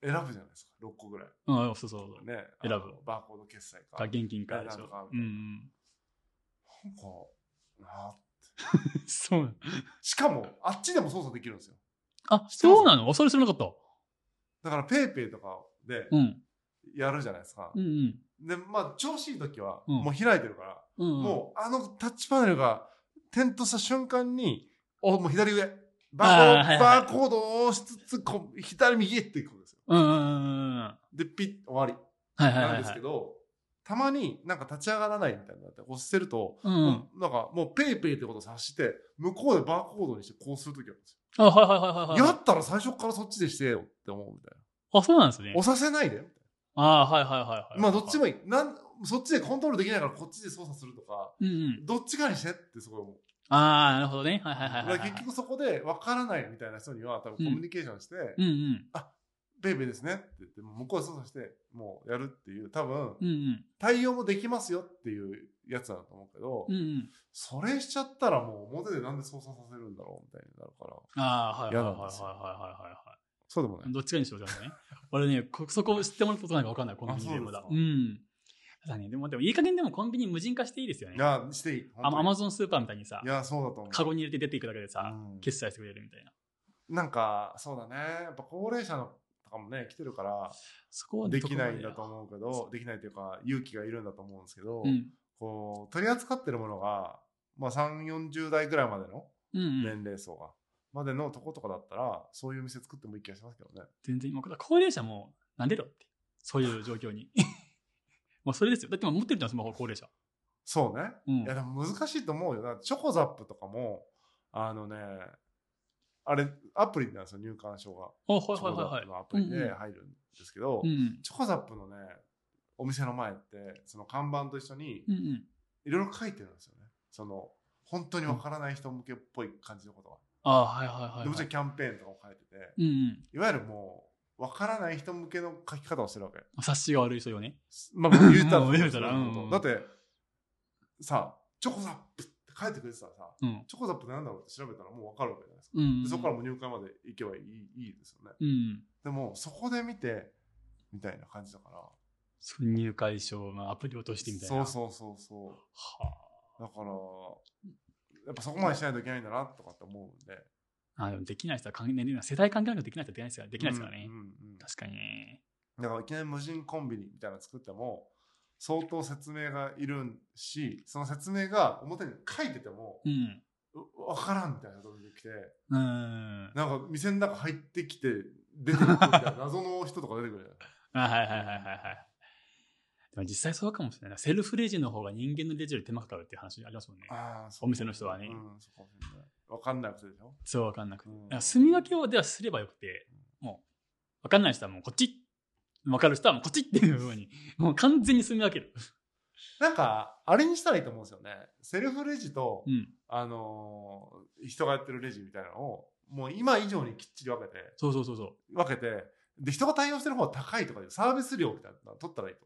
[SPEAKER 1] 選ぶじゃないですか。6個ぐらい。
[SPEAKER 2] うん、そうそうそう。
[SPEAKER 1] ね。
[SPEAKER 2] 選ぶ
[SPEAKER 1] あのバーコード決済か。
[SPEAKER 2] か、
[SPEAKER 1] なんか、
[SPEAKER 2] 現金かで
[SPEAKER 1] な
[SPEAKER 2] し
[SPEAKER 1] ん
[SPEAKER 2] ょ
[SPEAKER 1] とか。
[SPEAKER 2] うんうん。
[SPEAKER 1] な
[SPEAKER 2] そうなの。
[SPEAKER 1] しかも、あっちでも操作できるんですよ。知っ
[SPEAKER 2] あ、
[SPEAKER 1] てます
[SPEAKER 2] そうなのそれ知らなかった。
[SPEAKER 1] だから、ペイペイとかで
[SPEAKER 2] うん。
[SPEAKER 1] やるじゃないですか
[SPEAKER 2] う。んうん。
[SPEAKER 1] で、まあ、調子いい時は、
[SPEAKER 2] うん
[SPEAKER 1] もう開いてるから、
[SPEAKER 2] うんうん、
[SPEAKER 1] もう、あのタッチパネルが点灯した瞬間に、お、もう左上。バ
[SPEAKER 2] あ
[SPEAKER 1] ーコード、
[SPEAKER 2] ーはいはい
[SPEAKER 1] バーコードを押しつつ、こう左右へっていくんですよ。
[SPEAKER 2] うんうんうんうん。は
[SPEAKER 1] で、ピッ、終わり。
[SPEAKER 2] いはい
[SPEAKER 1] な
[SPEAKER 2] は
[SPEAKER 1] ん
[SPEAKER 2] い、
[SPEAKER 1] です
[SPEAKER 2] は
[SPEAKER 1] け
[SPEAKER 2] い。
[SPEAKER 1] ど、たまになんか立ち上がらないみたいになって押してると、
[SPEAKER 2] うんう
[SPEAKER 1] も
[SPEAKER 2] ん。
[SPEAKER 1] うなんかもうペイペイってことを察して、向こうでバーコードにしてこうするときあるんです
[SPEAKER 2] あ、はいはいはいはい
[SPEAKER 1] よ。
[SPEAKER 2] は
[SPEAKER 1] や
[SPEAKER 2] い。
[SPEAKER 1] ったら最初からそっちでしてよって思うみたい
[SPEAKER 2] あ、そうなんですね
[SPEAKER 1] な。。押させないでみたい
[SPEAKER 2] あはいはいはいはい。
[SPEAKER 1] な。まあどっち
[SPEAKER 2] も。
[SPEAKER 1] もいい。なんそっちでコントロールできないからこっちで操作するとか、
[SPEAKER 2] うんうん。
[SPEAKER 1] どっちかにしてってすごい思う。
[SPEAKER 2] ああ、なるほどね。はいは
[SPEAKER 1] だ
[SPEAKER 2] いはい
[SPEAKER 1] か
[SPEAKER 2] は
[SPEAKER 1] ら
[SPEAKER 2] いはい。
[SPEAKER 1] 結局そこで分からないみたいな人には多分コミュニケーションして、
[SPEAKER 2] うんうん。
[SPEAKER 1] ベイベーですねって言って、向こうで操作して、もうやるっていう、多分、
[SPEAKER 2] うんうん。
[SPEAKER 1] 対応もできますよっていうやつだと思うけど、
[SPEAKER 2] うんうん。
[SPEAKER 1] それしちゃったらもう表でなんで操作させるんだろうみたいになるから、
[SPEAKER 2] ああ、はいはいはい
[SPEAKER 1] 嫌なん
[SPEAKER 2] はい
[SPEAKER 1] ですよ
[SPEAKER 2] はいはいは。
[SPEAKER 1] そうでもないい。
[SPEAKER 2] どっちがいいんでしょう、じゃあね。 俺ね、こそこを知ってもらったことないか分かんない、コンビニでも
[SPEAKER 1] あ
[SPEAKER 2] だ。
[SPEAKER 1] そう
[SPEAKER 2] う
[SPEAKER 1] で
[SPEAKER 2] ん。ただね、でも、でもいい加減でもコンビニ無人化していいですよね
[SPEAKER 1] い。や、していい。
[SPEAKER 2] あア
[SPEAKER 1] 本
[SPEAKER 2] マゾンスーパーみたいにさ
[SPEAKER 1] 当にい、や、そうだと思う。
[SPEAKER 2] カゴに入れて出ていくだけでさ、
[SPEAKER 1] うん
[SPEAKER 2] 決済してくれるみたいな。
[SPEAKER 1] なんか、そうだね。やっぱ高齢者のとかもね、来てるから、
[SPEAKER 2] そこは
[SPEAKER 1] できないんだと
[SPEAKER 2] う。
[SPEAKER 1] 思うけど、できないというか、勇気がいるんだと思うんですけど、
[SPEAKER 2] うん。
[SPEAKER 1] こう、取り扱ってるものが、まあ3、40代ぐらいまでの
[SPEAKER 2] うんうん、
[SPEAKER 1] 年齢層が、までのとことかだったら、そういう店作ってもいい気がしますけどね。
[SPEAKER 2] 全然、もう高齢者も、なんでだって。そういう状況に。 もうそれですよ。だってもう持ってるじゃん、スマホ高齢者。
[SPEAKER 1] そうね。
[SPEAKER 2] うん
[SPEAKER 1] いや、。でも難しいと思うよ。だってチョコザップとかも、あのね、あれ、アプリなんですよ、入館証が。
[SPEAKER 2] あ、はい
[SPEAKER 1] チョコザッ
[SPEAKER 2] はいはい
[SPEAKER 1] プの
[SPEAKER 2] は
[SPEAKER 1] アプリ
[SPEAKER 2] うん
[SPEAKER 1] で
[SPEAKER 2] うん
[SPEAKER 1] 入るんですけど
[SPEAKER 2] い。う、ん。
[SPEAKER 1] チョコザップのね、お店の前って、その看板と一緒に
[SPEAKER 2] う、んうん。
[SPEAKER 1] いろいろ書いてるんですよね。その、本当にわからない人向けっぽい感じのことが。
[SPEAKER 2] ああ、はいはいはい、
[SPEAKER 1] でもち
[SPEAKER 2] は
[SPEAKER 1] ろ
[SPEAKER 2] い
[SPEAKER 1] ん。キャンペーンとかも書いてて、
[SPEAKER 2] うんうん。
[SPEAKER 1] いわゆるもう、わからない人向けの書き方をしてるわけ。
[SPEAKER 2] 察しが悪い人よね。
[SPEAKER 1] まあ、僕言うたら、
[SPEAKER 2] うん言うたら
[SPEAKER 1] そういうこと
[SPEAKER 2] うん
[SPEAKER 1] だって、さ、チョコザップって書いてくれてたらさ、
[SPEAKER 2] うん。
[SPEAKER 1] チョコザップってなんだろうって調べたらもうわかるわけじゃないですか。
[SPEAKER 2] うん、うん。
[SPEAKER 1] でそこからもう入会まで行けばいいいいですよね。
[SPEAKER 2] うん。
[SPEAKER 1] でも、そこで見て、みたいな感じだから。
[SPEAKER 2] そう入会証のアプリ落としてみたい
[SPEAKER 1] そ
[SPEAKER 2] な。
[SPEAKER 1] うそうそうそう。
[SPEAKER 2] は
[SPEAKER 1] だから、やっぱそこまでしないといけないんだなとかって思うんで。
[SPEAKER 2] あ。あでもできない人は関係ない。世代関係なくできない人はできないですからできないですからね。
[SPEAKER 1] うんうんうん
[SPEAKER 2] 確かにね。
[SPEAKER 1] だからいきなり無人コンビニみたいなの作っても、相当説明がいるし、その説明が表に書いてても、
[SPEAKER 2] うん。
[SPEAKER 1] うわからんみたいな人が出てきて、
[SPEAKER 2] うん。
[SPEAKER 1] なんか店の中入ってきて、出てくるみたい な謎の人とか出てくるじゃない
[SPEAKER 2] あはいはいはいはいはい。でも実際そうかもしれないな。セルフレジの方が人間のレジより手間かかるっていう話ありますもんね。
[SPEAKER 1] ああ、
[SPEAKER 2] お店の人はね
[SPEAKER 1] うん、そうかもしれない。わかんなくてでしょ
[SPEAKER 2] そうわかんなくて。
[SPEAKER 1] うん
[SPEAKER 2] だから住み分けをではすればよくて、もう、わかんない人はもうこっち。わかる人はもうこっちっていうふうに、もう完全に住み分ける。
[SPEAKER 1] なんか、あれにしたらいいと思うんですよね。セルフレジと、
[SPEAKER 2] うん。
[SPEAKER 1] あのー人がやってるレジみたいなのを、もう今以上にきっちり分けて、
[SPEAKER 2] そうそうそうそう。
[SPEAKER 1] 分けて、で、人が対応してる方が高いとかいうサービス料みたいなの取ったらいいと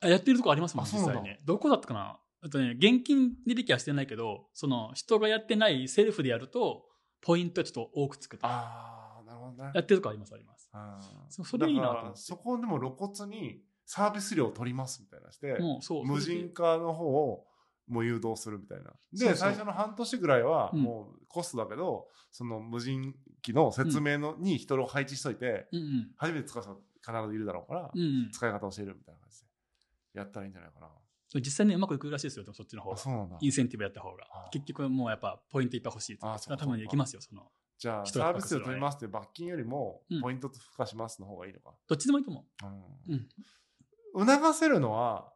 [SPEAKER 2] あやってるとこありますもん、
[SPEAKER 1] あ
[SPEAKER 2] 実
[SPEAKER 1] そうなんだ
[SPEAKER 2] 際ね。どこだったかなあとね、現金値引きはしてないけど、その人がやってないセルフでやると、ポイントちょっと多くつくとか。
[SPEAKER 1] ああ、なるほどね
[SPEAKER 2] や。ってるとこあります、あります。
[SPEAKER 1] うん
[SPEAKER 2] そそれいいなと
[SPEAKER 1] だ
[SPEAKER 2] 思
[SPEAKER 1] か
[SPEAKER 2] っ
[SPEAKER 1] ら
[SPEAKER 2] て
[SPEAKER 1] そこでも露骨にサービス料を取りますみたいなして、
[SPEAKER 2] もうそう。
[SPEAKER 1] 無人化の方をもう誘導するみたいな。で、
[SPEAKER 2] そうそう
[SPEAKER 1] 最初の半年ぐらいは
[SPEAKER 2] うん
[SPEAKER 1] もうコストだけど、その無人機の説明の、に人を配置しといて、
[SPEAKER 2] うんうん。
[SPEAKER 1] 初めて使う人は必ずいるだろうから、
[SPEAKER 2] うんうん、
[SPEAKER 1] 使い方を教えるみたいな感じで。やったらいいんじゃないかな。
[SPEAKER 2] 実際ね、うまくいくらしいですよ、でもそっちの方
[SPEAKER 1] あ、
[SPEAKER 2] が。
[SPEAKER 1] そうなんだ
[SPEAKER 2] イ。ンセンティブやった方が
[SPEAKER 1] あ。
[SPEAKER 2] 結局もうやっぱポイントいっぱい欲しいと
[SPEAKER 1] あ
[SPEAKER 2] か。
[SPEAKER 1] そうか
[SPEAKER 2] 多分ね
[SPEAKER 1] そう
[SPEAKER 2] い
[SPEAKER 1] か
[SPEAKER 2] きますよ、その。
[SPEAKER 1] じゃあ、
[SPEAKER 2] 人
[SPEAKER 1] サ
[SPEAKER 2] が
[SPEAKER 1] ー
[SPEAKER 2] 高
[SPEAKER 1] ビ
[SPEAKER 2] く
[SPEAKER 1] ス
[SPEAKER 2] する
[SPEAKER 1] 料
[SPEAKER 2] わね
[SPEAKER 1] 取りますって罰金よりも
[SPEAKER 2] うん、
[SPEAKER 1] ポイントと付加しますの方がいいのか。
[SPEAKER 2] どっちでもいいと思う。
[SPEAKER 1] うん
[SPEAKER 2] うん
[SPEAKER 1] 促せるのは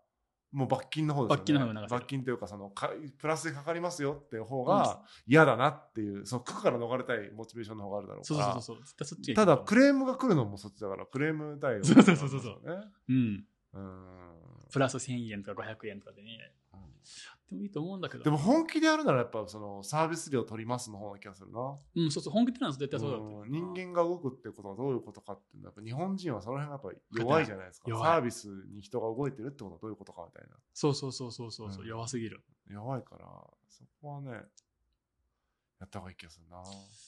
[SPEAKER 1] もう罰金の方ですよね
[SPEAKER 2] 罰金の方が促せる
[SPEAKER 1] 罰金というかそのかプラスでかかりますよっていう方が嫌だなっていうその苦から逃れたいモチベーションの方があるだろうか
[SPEAKER 2] そう
[SPEAKER 1] ら
[SPEAKER 2] そうそうそう。絶対そっちがいいと
[SPEAKER 1] た
[SPEAKER 2] 思う
[SPEAKER 1] だクレームが来るのもそっちだからクレーム対応
[SPEAKER 2] そうそうそうそうそう
[SPEAKER 1] ね
[SPEAKER 2] うん。
[SPEAKER 1] うん
[SPEAKER 2] プラス1000円とか500円とかでね。でもいいと思うんだけど。
[SPEAKER 1] でも本気でやるならやっぱそのサービス料取りますの方な気がするな
[SPEAKER 2] うん、そうそう、本気ってのは絶対そうだと思
[SPEAKER 1] う
[SPEAKER 2] うん
[SPEAKER 1] 人間が動くってことはどういうことかっていうのはやっぱ日本人はその辺がやっぱり弱いじゃないですかサ
[SPEAKER 2] 弱い
[SPEAKER 1] ービスに人が動いてるってことはどういうことかみたいな
[SPEAKER 2] そうそうそうそうそうそう、
[SPEAKER 1] うん
[SPEAKER 2] 弱すぎる。
[SPEAKER 1] やばいから、そこはね、やった方がいい気がするな。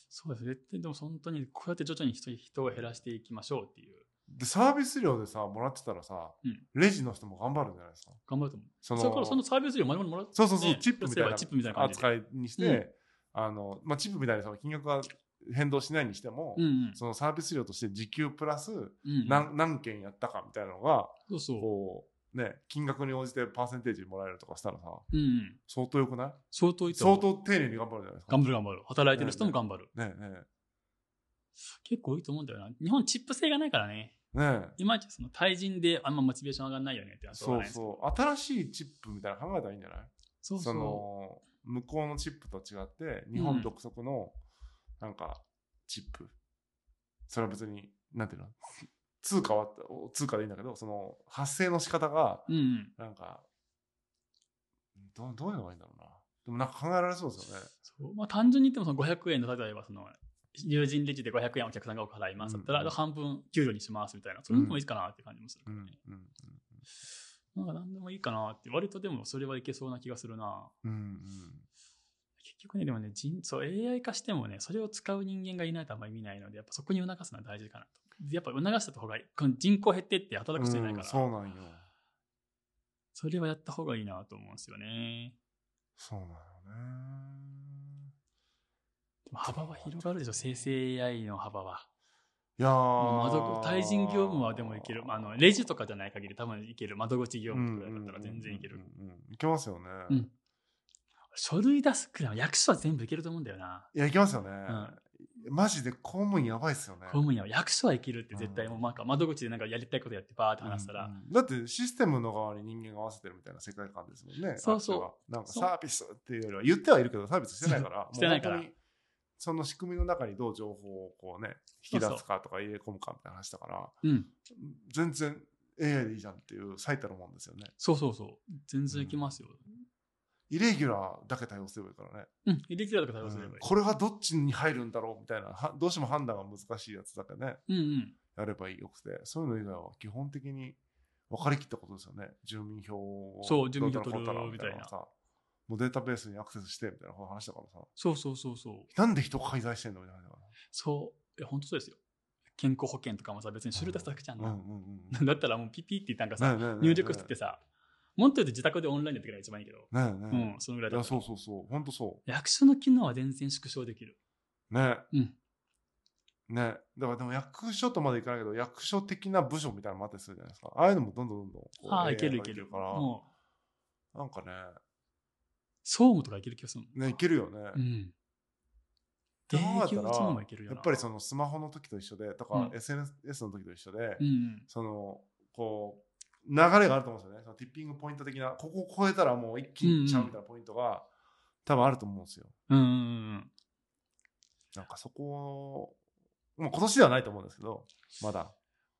[SPEAKER 2] そうです。絶対でも本当にこうやって徐々に人人を減らしていきましょうっていう。
[SPEAKER 1] で、サービス料でさ、もらってたらさ、
[SPEAKER 2] うん
[SPEAKER 1] レジの人も頑張るんじゃないですか。
[SPEAKER 2] 頑張ると思う。
[SPEAKER 1] そ
[SPEAKER 2] それからそのサービス料丸々もらって、
[SPEAKER 1] そうそうそう、
[SPEAKER 2] ね
[SPEAKER 1] チップみたい
[SPEAKER 2] そうすれば
[SPEAKER 1] な
[SPEAKER 2] チップみたいな感じで。
[SPEAKER 1] 扱いにして、あの、まあ、チップみたいなその金額が変動しないにしても、
[SPEAKER 2] うんうん
[SPEAKER 1] そのサービス料として時給プラス
[SPEAKER 2] うんうん。
[SPEAKER 1] 何,、何件やったかみたいなのが、
[SPEAKER 2] そうそ
[SPEAKER 1] こう、ね、金額に応じてパーセンテージもらえるとかしたらさ、
[SPEAKER 2] う。うんうん。
[SPEAKER 1] 相当良くない
[SPEAKER 2] 相当いいと思
[SPEAKER 1] 相
[SPEAKER 2] う。
[SPEAKER 1] 当丁寧に頑張るじゃないですか。
[SPEAKER 2] 頑張る頑張る。働いてる人も頑張る。
[SPEAKER 1] ねえね
[SPEAKER 2] 結構いいと思うんだよな。日本チップ制がないからね。
[SPEAKER 1] え。ねえ。
[SPEAKER 2] いまいちその対人であんまモチベーション上がらないよねって話は
[SPEAKER 1] そ
[SPEAKER 2] な
[SPEAKER 1] う
[SPEAKER 2] いですけど
[SPEAKER 1] そう。新しいチップみたいなの考えたらいいんじゃない
[SPEAKER 2] そう
[SPEAKER 1] そ
[SPEAKER 2] そ
[SPEAKER 1] の、向こうのチップと違って、日本独特の、なんか、チップ。それは別に、なんていうの通貨は、通貨でいいんだけど、その、発生の仕方が、
[SPEAKER 2] う。うんうん。
[SPEAKER 1] なんか、どどういうのがいいんだろうな。でもなんか考えられそうですよね。
[SPEAKER 2] そうまあ、単純に言ってもその500円の例えばその友人レジで500円お客さんが多く払いますだったら、
[SPEAKER 1] うんうん
[SPEAKER 2] 半分給料にしますみたいなそれでもいいかなって感じもす
[SPEAKER 1] う
[SPEAKER 2] るか
[SPEAKER 1] ん
[SPEAKER 2] らね、
[SPEAKER 1] うん
[SPEAKER 2] なんか何でもいいかなって割とでもそれはいけそうな気がするな
[SPEAKER 1] うんうん
[SPEAKER 2] 結局ねでもね人そう AI 化してもねそれを使う人間がいないとあんまり見ないのでやっぱそこに促すのは大事かなとやっぱ促した方がいいこの人口減ってって働く人いないから、
[SPEAKER 1] うんそうなんよ
[SPEAKER 2] それはやった方がいいなと思うんですよね
[SPEAKER 1] そうなのね。
[SPEAKER 2] でも幅は広がるでしょ生成 AI の幅はい
[SPEAKER 1] やー
[SPEAKER 2] 窓口対人業務はでもいける、まあ、あのレジとかじゃない限り多分いける窓口業務とかだったら全然いける、
[SPEAKER 1] うんうんうんうんいけますよね。
[SPEAKER 2] うん書類出すくらいは役所は全部いけると思うんだよない
[SPEAKER 1] や、いけますよね。マジで公務員やばいっすよね。
[SPEAKER 2] 公務員は役所はいけるって絶対
[SPEAKER 1] うん
[SPEAKER 2] もうなんか窓口でなんかやりたいことやってバーって話したら、
[SPEAKER 1] うんうんだってシステムの側に人間が合わせてるみたいな世界観ですもんね。
[SPEAKER 2] そうそう
[SPEAKER 1] あっちはなんかサービスっていうよりは言ってはいるけどサービスしてないから。
[SPEAKER 2] してないから
[SPEAKER 1] もう本当にその仕組みの中にどう情報をこうね、引き出すかとか入れ込むかみたいな話だから、
[SPEAKER 2] うん
[SPEAKER 1] 全然 AI でいいじゃんっていう最たるもんですよね。
[SPEAKER 2] そうそうそう全然いけますよ
[SPEAKER 1] イレギュラーだけ対応すればいいからね。
[SPEAKER 2] うん、入れてたとか対応すればいい、
[SPEAKER 1] これはどっちに入るんだろうみたいなはどうしても判断が難しいやつだけね
[SPEAKER 2] うんうん
[SPEAKER 1] やればよくてそういうの以外は基本的に分かりきったことですよね住民票を
[SPEAKER 2] そう住民票
[SPEAKER 1] どうたらこう
[SPEAKER 2] 取る
[SPEAKER 1] たらさもうデータベースにアクセスしてみたいな話だからさ
[SPEAKER 2] そうそうそうそう
[SPEAKER 1] なんで人介在してんのみたいな
[SPEAKER 2] そういや本当そうですよ健康保険とかもさ別に書類出すだけじゃん
[SPEAKER 1] う
[SPEAKER 2] な、
[SPEAKER 1] んうんうんね
[SPEAKER 2] だったらもうピピってなんか
[SPEAKER 1] えね
[SPEAKER 2] さ、
[SPEAKER 1] えねえ
[SPEAKER 2] 入力してってさもっと言うと自宅でオンラインやってくれば一番いいけど、
[SPEAKER 1] ねえ
[SPEAKER 2] う
[SPEAKER 1] ね
[SPEAKER 2] んそのぐら
[SPEAKER 1] えい
[SPEAKER 2] いだ
[SPEAKER 1] や
[SPEAKER 2] った
[SPEAKER 1] そ
[SPEAKER 2] ら
[SPEAKER 1] うそうそう本当そ
[SPEAKER 2] 役所の機能は全然縮小できる
[SPEAKER 1] うねえ
[SPEAKER 2] うん
[SPEAKER 1] ねえだからでも役所とまでいかないけど役所的な部署みたいなのもあったりするじゃないですかああいうのもどんどんどんどんこう
[SPEAKER 2] ああ
[SPEAKER 1] AI
[SPEAKER 2] いけるい
[SPEAKER 1] が
[SPEAKER 2] ける
[SPEAKER 1] から
[SPEAKER 2] もう
[SPEAKER 1] なんかね
[SPEAKER 2] 総務とかいける気がするもん
[SPEAKER 1] ねいけるよね、
[SPEAKER 2] うん
[SPEAKER 1] て考えたら
[SPEAKER 2] 営業所もいけるよ
[SPEAKER 1] や
[SPEAKER 2] な
[SPEAKER 1] っぱりそのスマホの時と一緒でとか
[SPEAKER 2] うん
[SPEAKER 1] SNS の時と一緒で、
[SPEAKER 2] うんうん
[SPEAKER 1] そのこう流れがあると思うんですよねそのティッピングポイント的なここを超えたらもう一気にいっちゃうみたいなポイントが、多分あると思うんですよ
[SPEAKER 2] うんうんうん
[SPEAKER 1] なんかそこをもう今年ではないと思うんですけどまだ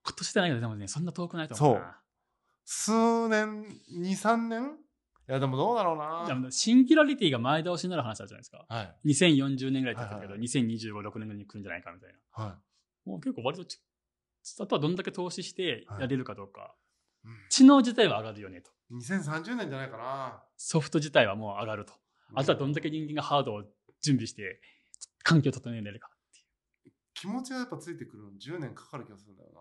[SPEAKER 2] 今年じゃないけどでもねそんな遠くないと思うな
[SPEAKER 1] 数年23年いやでもどうだろう
[SPEAKER 2] で
[SPEAKER 1] な
[SPEAKER 2] もシンギュラリティが前倒しになる話あるじゃないですか
[SPEAKER 1] はい
[SPEAKER 2] 2040年ぐらいって言ってたけど、
[SPEAKER 1] はいはい
[SPEAKER 2] 2025、6年ぐらいに来るんじゃないかみたいな。
[SPEAKER 1] は
[SPEAKER 2] もう結構割とち、あとはどんだけ投資してやれるかどうか。
[SPEAKER 1] い、
[SPEAKER 2] 知能自体は上がるよねと。
[SPEAKER 1] うん、2030年じゃないかな
[SPEAKER 2] ソフト自体はもう上がると。あとはどんだけ人間がハードを準備して、環境を整えられるか。
[SPEAKER 1] 気持ちがやっぱついてくるのに10年かかる気がするんだよな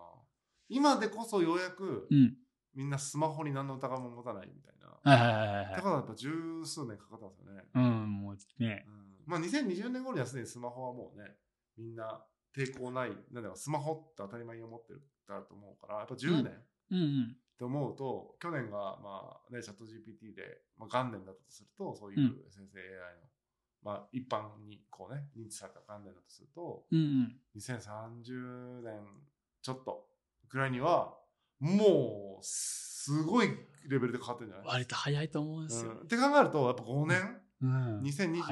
[SPEAKER 1] 今でこそようやく
[SPEAKER 2] うん。
[SPEAKER 1] みんなスマホに何の疑いも持たないみたいな。
[SPEAKER 2] はいはいはいはいは
[SPEAKER 1] だ
[SPEAKER 2] い。
[SPEAKER 1] からやっぱ十数年かかったんですよね。
[SPEAKER 2] うん、もうね
[SPEAKER 1] う。ん、まあ2020年頃にはすでにスマホはもうね、みんな抵抗ない、なんだろう、スマホって当たり前に思ってるだと思うから、やっぱ10年っ
[SPEAKER 2] うんうん。
[SPEAKER 1] て思うと、去年がまあね、チャット GPT で、まあ、元年だったとすると、そういううん生成 AI の、まあ一般にこうね、認知された元年だとすると、
[SPEAKER 2] うんうん。
[SPEAKER 1] 2030年ちょっとぐらいには、もうすごいレベルで変わってるんじゃない
[SPEAKER 2] 割と早いと思うんですよ
[SPEAKER 1] う。んって考えるとやっぱ5年、
[SPEAKER 2] うん。早いね